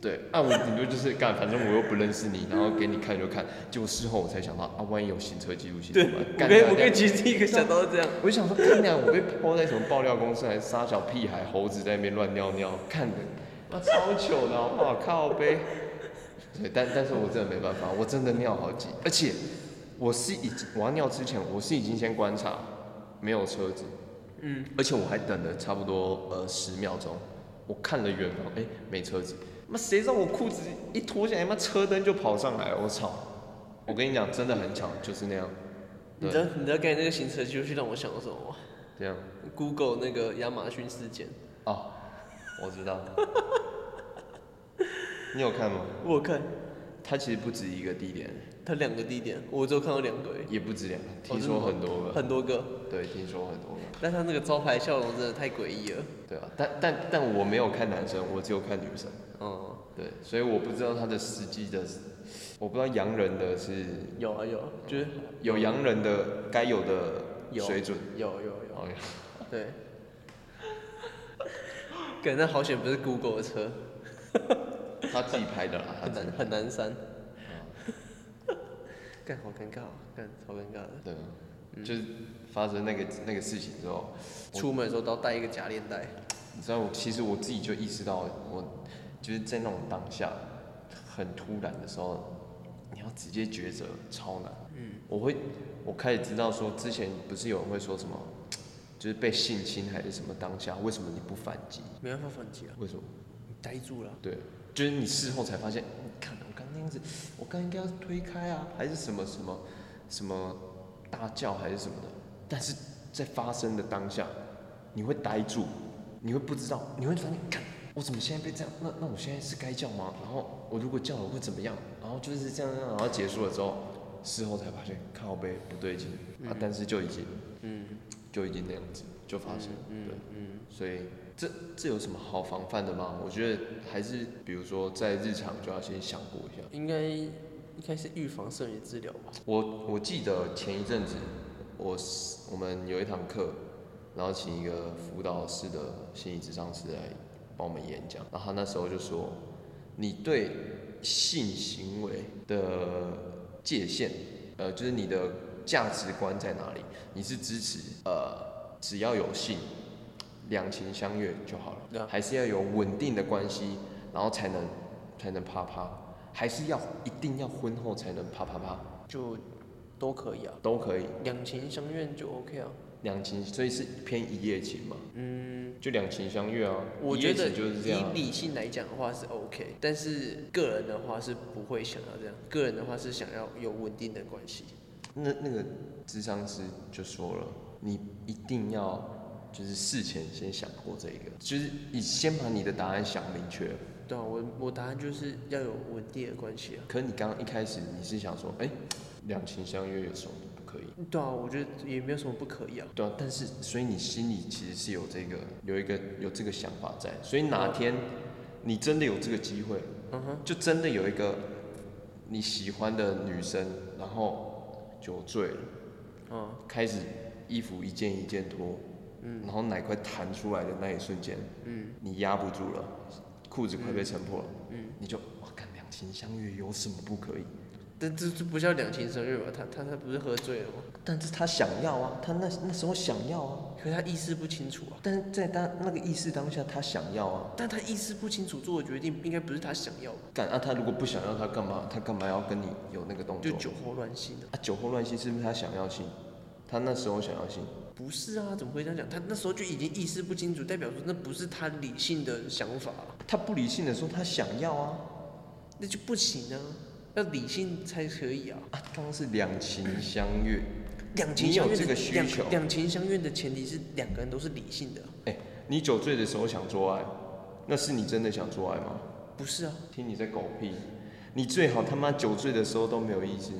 对，啊，我顶多就是干，反正我又不认识你，然后给你看就看。结果事后我才想到，啊，万一有行车记录器怎
对，
么办？
我
干
跟
掉
我跟
掉
其实第一个想到是这样，
我就想说，干娘，我被泡在什么爆料公司，还是杀小屁孩、猴子在那边乱尿尿，看的，那超糗的，好不好？靠呗。对，但但是我真的没办法，我真的尿好急，而且我是已经我要尿之前，我是已经先观察，没有车子，
嗯，
而且我还等了差不多呃十秒钟，我看了远方，哎、没车子，妈谁让我裤子一脱下来，妈车灯就跑上来了，我操！我跟你讲，真的很巧，就是那样，
你知道你知道刚才那个行车记录器让我想到什么吗
这样。
？Google 那个亚马逊事件，
哦，我知 道。你有看吗？
我有看
它其实不止一个地点，
它两个地点，我只有看到两个而已，
也不止两个，
哦
听说很多个。
很多个，
对，听说很多个。
但它那个招牌笑容真的太诡异了，
对啊，但但但我没有看男生，我只有看女生。
嗯，
对，所以我不知道他的司机的，我不知道洋人的是
有啊有啊，就是
有洋人的该有的
有
水准。
有有有，
哦，
对。感那好险不是 Google 的车，
他自己拍啊的啦，啊他
很
自己
难
拍
很难删。 干好尴尬、哦，干超尴尬的。
对啊，就是发生那个那个事情之后，我
出门的时候都要带一个假链带，
你知道，我其实我自己就意识到，我就是在那种当下很突然的时候，你要直接抉择超难。嗯，我会，我开始知道说，之前不是有人会说什么，就是被性侵还是什么当下，为什么你不反击？
没办法反击啊，
为什么？
你呆住了啊。
对，就是你事后才发现，你看我刚那样子，我刚应该要推开啊，还是什么什么什么大叫还是什么的，但是在发生的当下，你会呆住，你会不知道，你会发现，看我怎么现在被这样？那那我现在是该叫吗？然后我如果叫了会怎么样？然后就是这样，这样然后结束了之后，事后才发现靠背不对劲、啊，但是就已经
嗯，
就已经那样子就发生了，
嗯
对。
嗯，
所以这这有什么好防范的吗？我觉得还是比如说在日常就要先想过一下。
应该应该是预防胜于治疗吧。
我我记得前一阵子我是我们有一堂课，然后请一个辅导室的心理咨商师来帮我们演讲，然后他那时候就说，你对性行为的界限，呃，就是你的价值观在哪里？你是支持呃只要有性，两情相悦就好了。
对啊
还是要有稳定的关系，然后才能才能啪啪，还是要一定要婚后才能啪啪啪，
就都可以啊，
都可以，
两情相愿就 OK 啊。
两情所以是偏一夜情嘛，
嗯，
就两情相悦啊，
我
一
觉
夜
得
情就是这
以
样啊、
理性来讲的话是 OK，但是个人的话是不会想要这样，个人的话是想要有稳定的关系。
那那个智商师就说了，你一定要就是事前先想过这个，就是你先把你的答案想明确。
对啊，我我答案就是要有稳定的关系啊。
可是你刚刚一开始你是想说，哎、两情相悦有什么不可以？
对啊，我觉得也没有什么不可以啊。
对啊，但是所以你心里其实是有这个有一个有这个想法在，所以哪天你真的有这个机会，
嗯哼，
就真的有一个你喜欢的女生，然后酒醉了，
嗯，
开始衣服一件一件脱，嗯，然后奶块弹出来的那一瞬间，嗯，你压不住了，裤子快被撑破了，嗯，你就哇，看两情相悦有什么不可以？
但这这不叫两情相悦吧？他他他不是喝醉了吗？
但是他想要啊，他那那时候想要啊，
可是他意识不清楚啊。
但是在他那个意识当下，他想要啊。
但他意识不清楚做的决定，应该不是他想要的，
干啊，他如果不想要，他干嘛？他干嘛要跟你有那个动
就
作？
酒后乱性啊。
啊，酒后乱性是不是他想要性？他那时候想要性，
不是啊，怎么会这样讲？他那时候就已经意识不清楚，代表说那不是他理性的想法啊、
他不理性的时候他想要啊
那就不行啊，要理性才可以啊。
啊，刚刚是两情相悦，
两情相
你
悦
有这
的
个需
两
求
两情相悦的前提是两个人都是理性的啊，
哎、你酒醉的时候想做爱，那是你真的想做爱吗？
不是啊？
听你在狗屁，你最好他妈酒醉的时候都没有意识，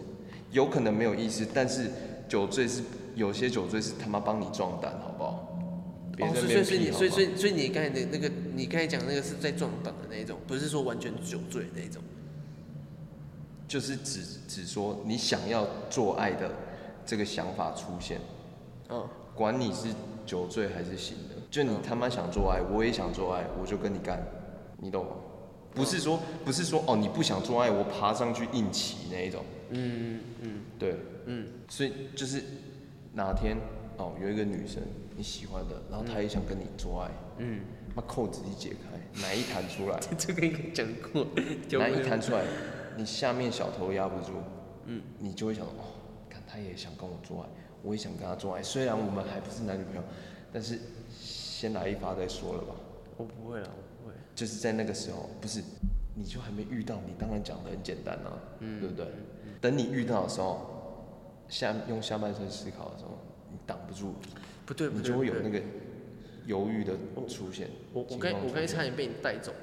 有可能没有意识，但是酒醉是有些酒醉是他妈帮你壮胆，好不好？别
哦，
在
所
那
以
边
所以所以
屁
你
好
所以所
吗？
以所以你刚才的那个，你刚才讲那个是在撞档的那一种，不是说完全酒醉的那一种。
就是只只说你想要做爱的这个想法出现，哦
嗯，
管你是酒醉还是醒的，就你他妈想做爱，我也想做爱，我就跟你干，你懂吗？不是说不是说哦，你不想做爱，我爬上去硬起那一种。嗯嗯，对，嗯，所以就是哪天哦，有一个女生你喜欢的，然后她也想跟你做爱，嗯，把扣子一解开，奶一弹出来，
这个应该讲过，
奶一弹出来，你下面小头压不住，嗯，你就会想哦，看她也想跟我做爱，我也想跟她做爱，虽然我们还不是男女朋友，但是先来一发再说了吧。
我不会啦，我不会。
就是在那个时候，不是，你就还没遇到，你当然讲的很简单啦、
嗯
对不对？等你遇到的时候，下用下半身思考的时候，你挡不住，
不对不
你
对，
就会有
不对
那个犹豫的出现。
我我
情
刚
况
我
出
刚才
现
差点被你带走，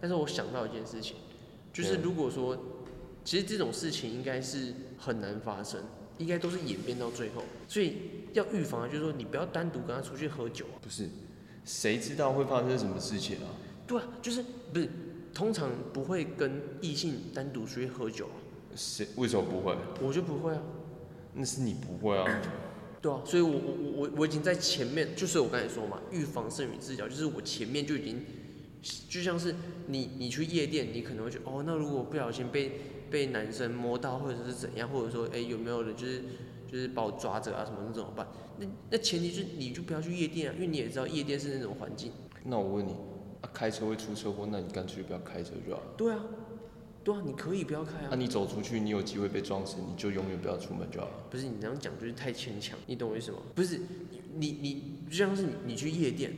但是我想到一件事情，就是
对
如果说，其实这种事情应该是很难发生，应该都是演变到最后，所以要预防，就是说你不要单独跟他出去喝酒啊。
不是，谁知道会发生什么事情啊？
对啊，就是不是通常不会跟异性单独出去喝酒啊，
谁为什么不会？
我就不会啊。
那是你不会啊。
对啊，所以我我我我我已经在前面，就是我刚才说嘛，预防胜于治疗，就是我前面就已经，就像是你你去夜店，你可能会觉得哦，那如果不小心被被男生摸到，或者是怎样，或者说哎、有没有人就是就是把我抓着啊什么那怎么办？那那前提就是你就不要去夜店啊，因为你也知道夜店是那种环境。
那我问你，啊、开车会出车祸，那你干脆不要开车就好了。
对啊，对啊，你可以不要开
那、
啊，
你走出去，你有机会被撞死，你就永远不要出门就好了。
不是你这样讲就是太牵强，你懂我意思吗？不是你你就像是你你去夜店，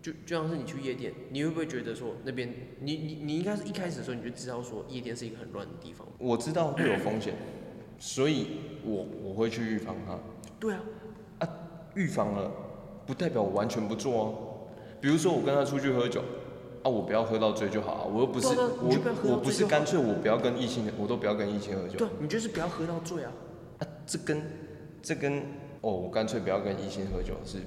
就就像是你去夜店，你会不会觉得说那边你你你应该是一开始的时候你就知道说夜店是一个很乱的地方？
我知道会有风险，所以我我会去预防它。
对啊，
预防了，不代表我完全不做哦。比如说我跟他出去喝酒，啊，我不要喝到醉就好啊。我又不是
对啊你就不要喝到醉就
我
好
我不是干脆我不要跟异性，我都不要跟异性喝酒。
对啊，你就是不要喝到醉啊。
啊，这跟这跟哦，我干脆不要跟异性喝酒是。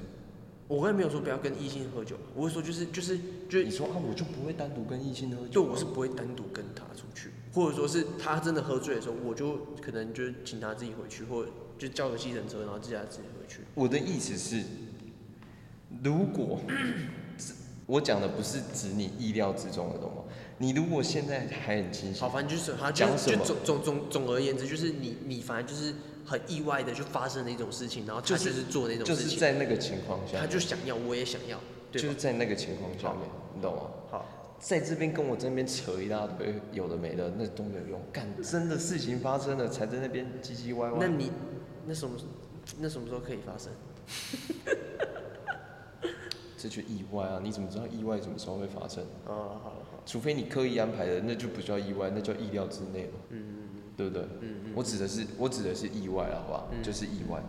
我刚才没有说不要跟异性喝酒，我会说就是就是就是
你说啊，我就不会单独跟异性喝
对，
酒啊。
我是不会单独跟他出去，或者说是他真的喝醉的时候，我就可能就请他自己回去，或者就叫个计程车，然后自己他自己回去。
我的意思是，如果 我讲的不是指你意料之中的懂吗？你如果现在还很清醒
好，，反正就是好，就
讲什
是就
么
总总总总而言之，就是你你反正就是很意外的就发生了一种事情，然后他
就
就是是做那
就
种事
是
情，
在那个情况下
他，就想要，我也想要，
就
对
是
吧？
在那个情况下面，你懂吗？
好，
在这边跟我这边扯一大堆有的没的，那都没有用。干，真的事情发生了，才在那边唧唧歪
那
歪。
你那什么那什么时候可以发生？
这就意外啊！你怎么知道意外什么时候会发生？
哦，好了好了，
除非你刻意安排的，那就不叫意外，那叫意料之内嘛。嗯对不对？
嗯嗯，
我指的是我指的是意外啊，好不好？就是意外，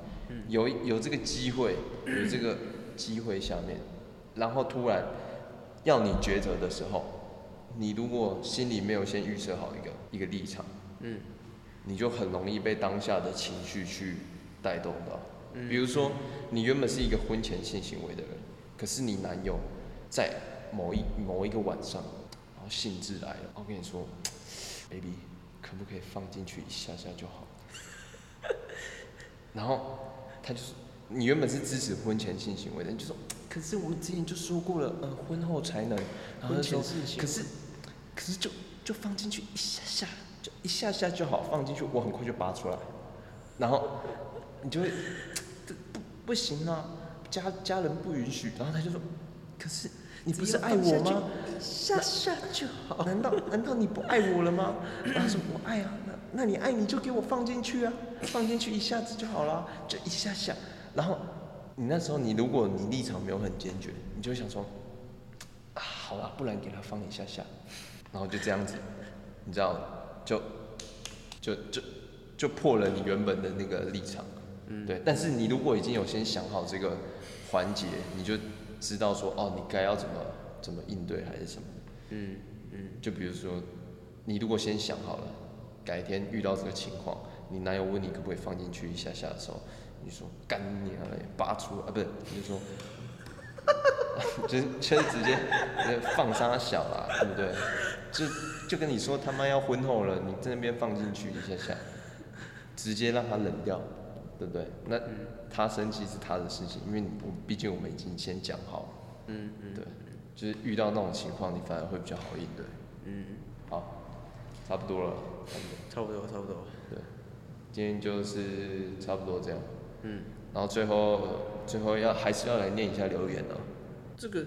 有有这个机会，有这个机会下面，然后突然要你抉择的时候，你如果心里没有先预设好一个一个立场，
嗯，
你就很容易被当下的情绪去带动到。
嗯
比如说，你原本是一个婚前性行为的人，可是你男友在某一某一个晚上，然后兴致来了，我跟你说，baby，可不可以放进去一下下就好？ 然后他就是，你原本是支持婚前性行为的，你就说，可是我之前就说过了，呃，婚后才能。然后
婚
他说
前，事情
可是，可是就就放进去一下下，就一下下就好，放进去我很快就拔出来，然后你就会，这不不行啊，家家人不允许。然后他就说，可是你不是爱我吗？
下下就
难道难道你不爱我了吗？然后他说我爱啊，那那你爱你就给我放进去啊，放进去一下子就好了，就一下下。然后你那时候你如果你立场没有很坚决，你就会想说，啊好啦，不然给他放一下下，然后就这样子，你知道，就就就就破了你原本的那个立场。嗯，对。但是你如果已经有先想好这个环节，你就知道说哦，你该要怎么怎么应对还是什么。
嗯嗯，
就比如说，你如果先想好了，改天遇到这个情况，你男友问你可不可以放进 去一下下的时候，你就说干你啊，拔出啊，不是，你就说就是就是直接呃放沙小啦，对不对？就就跟你说他妈要婚后了，你在那边放进去一下下，直接让他冷掉，对不对？那
嗯
他生气是他的事情，因为你我毕竟我们已经先讲好了，
嗯嗯
对，就是遇到那种情况，你反而会比较好应对。
嗯，
好，差不多了，
差不多差不多，
对，今天就是差不多这样，
嗯，
然后最后最后要还是要来念一下留言啊。
这个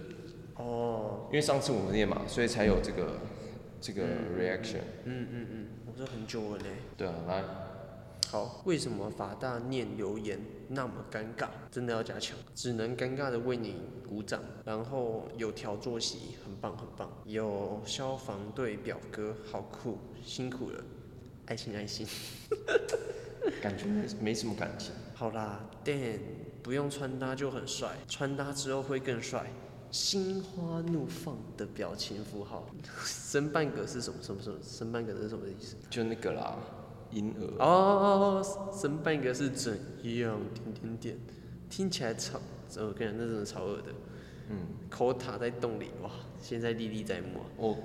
哦，
因为上次我们念嘛，所以才有这个这个 reaction。
嗯嗯嗯，我这很久了嘞。
对啊，来，
好，为什么法大念留言那么尴尬？真的要加强，只能尴尬的为你鼓掌。然后有条作息，很棒很棒。有消防队表哥，好酷，辛苦了，爱心爱心。
感觉没没什么感情。
好啦，Dan 不用穿搭就很帅，穿搭之后会更帅。心花怒放的表情符号， 生半格是什么什么什么？生半格是什么意思？
就那个啦，婴儿。
哦，生半个是怎样？点点点，听起来超，呃我跟你讲，那真的超恶的。
嗯，
口塔在洞里，哇，现在历历在目啊，
哦，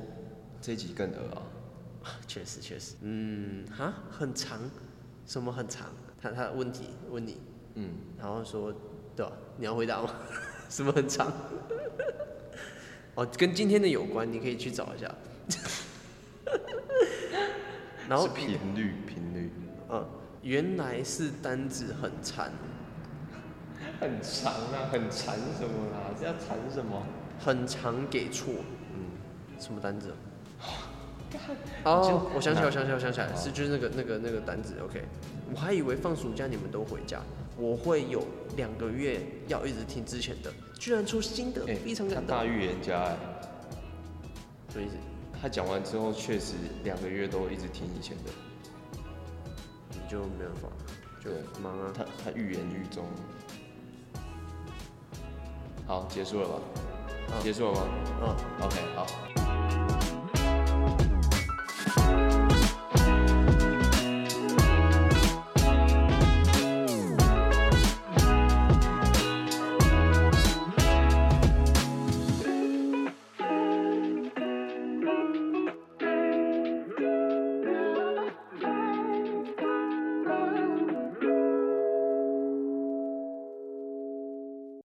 这一集更恶啊。
确实确实，嗯，哈，很长，什么很长？他他问题问你，
嗯，
然后说，对吧、你要回答吗？ 什么很长？哦，跟今天的有关，你可以去找一下。 然后
是，频率频率
嗯，原来是单子很长。
很长啊，很长什么啦？这要长什么？
很常给错，
嗯，
什么 单子啊？哦，我想起来，我想起来，我想起来，
好
是就是那个那个那个单子，OK。我还以为放暑假你们都回家，我会有两个月要一直听之前的，居然出新的，
哎
非常
他
感动
大。预言家哎、
什么意思？
他讲完之后确实两个月都一直听以前的，
你就没办法，就
对
忙啊。
他他预言预中。好，结束了吧？
嗯
结束了吗
嗯，
？OK，好。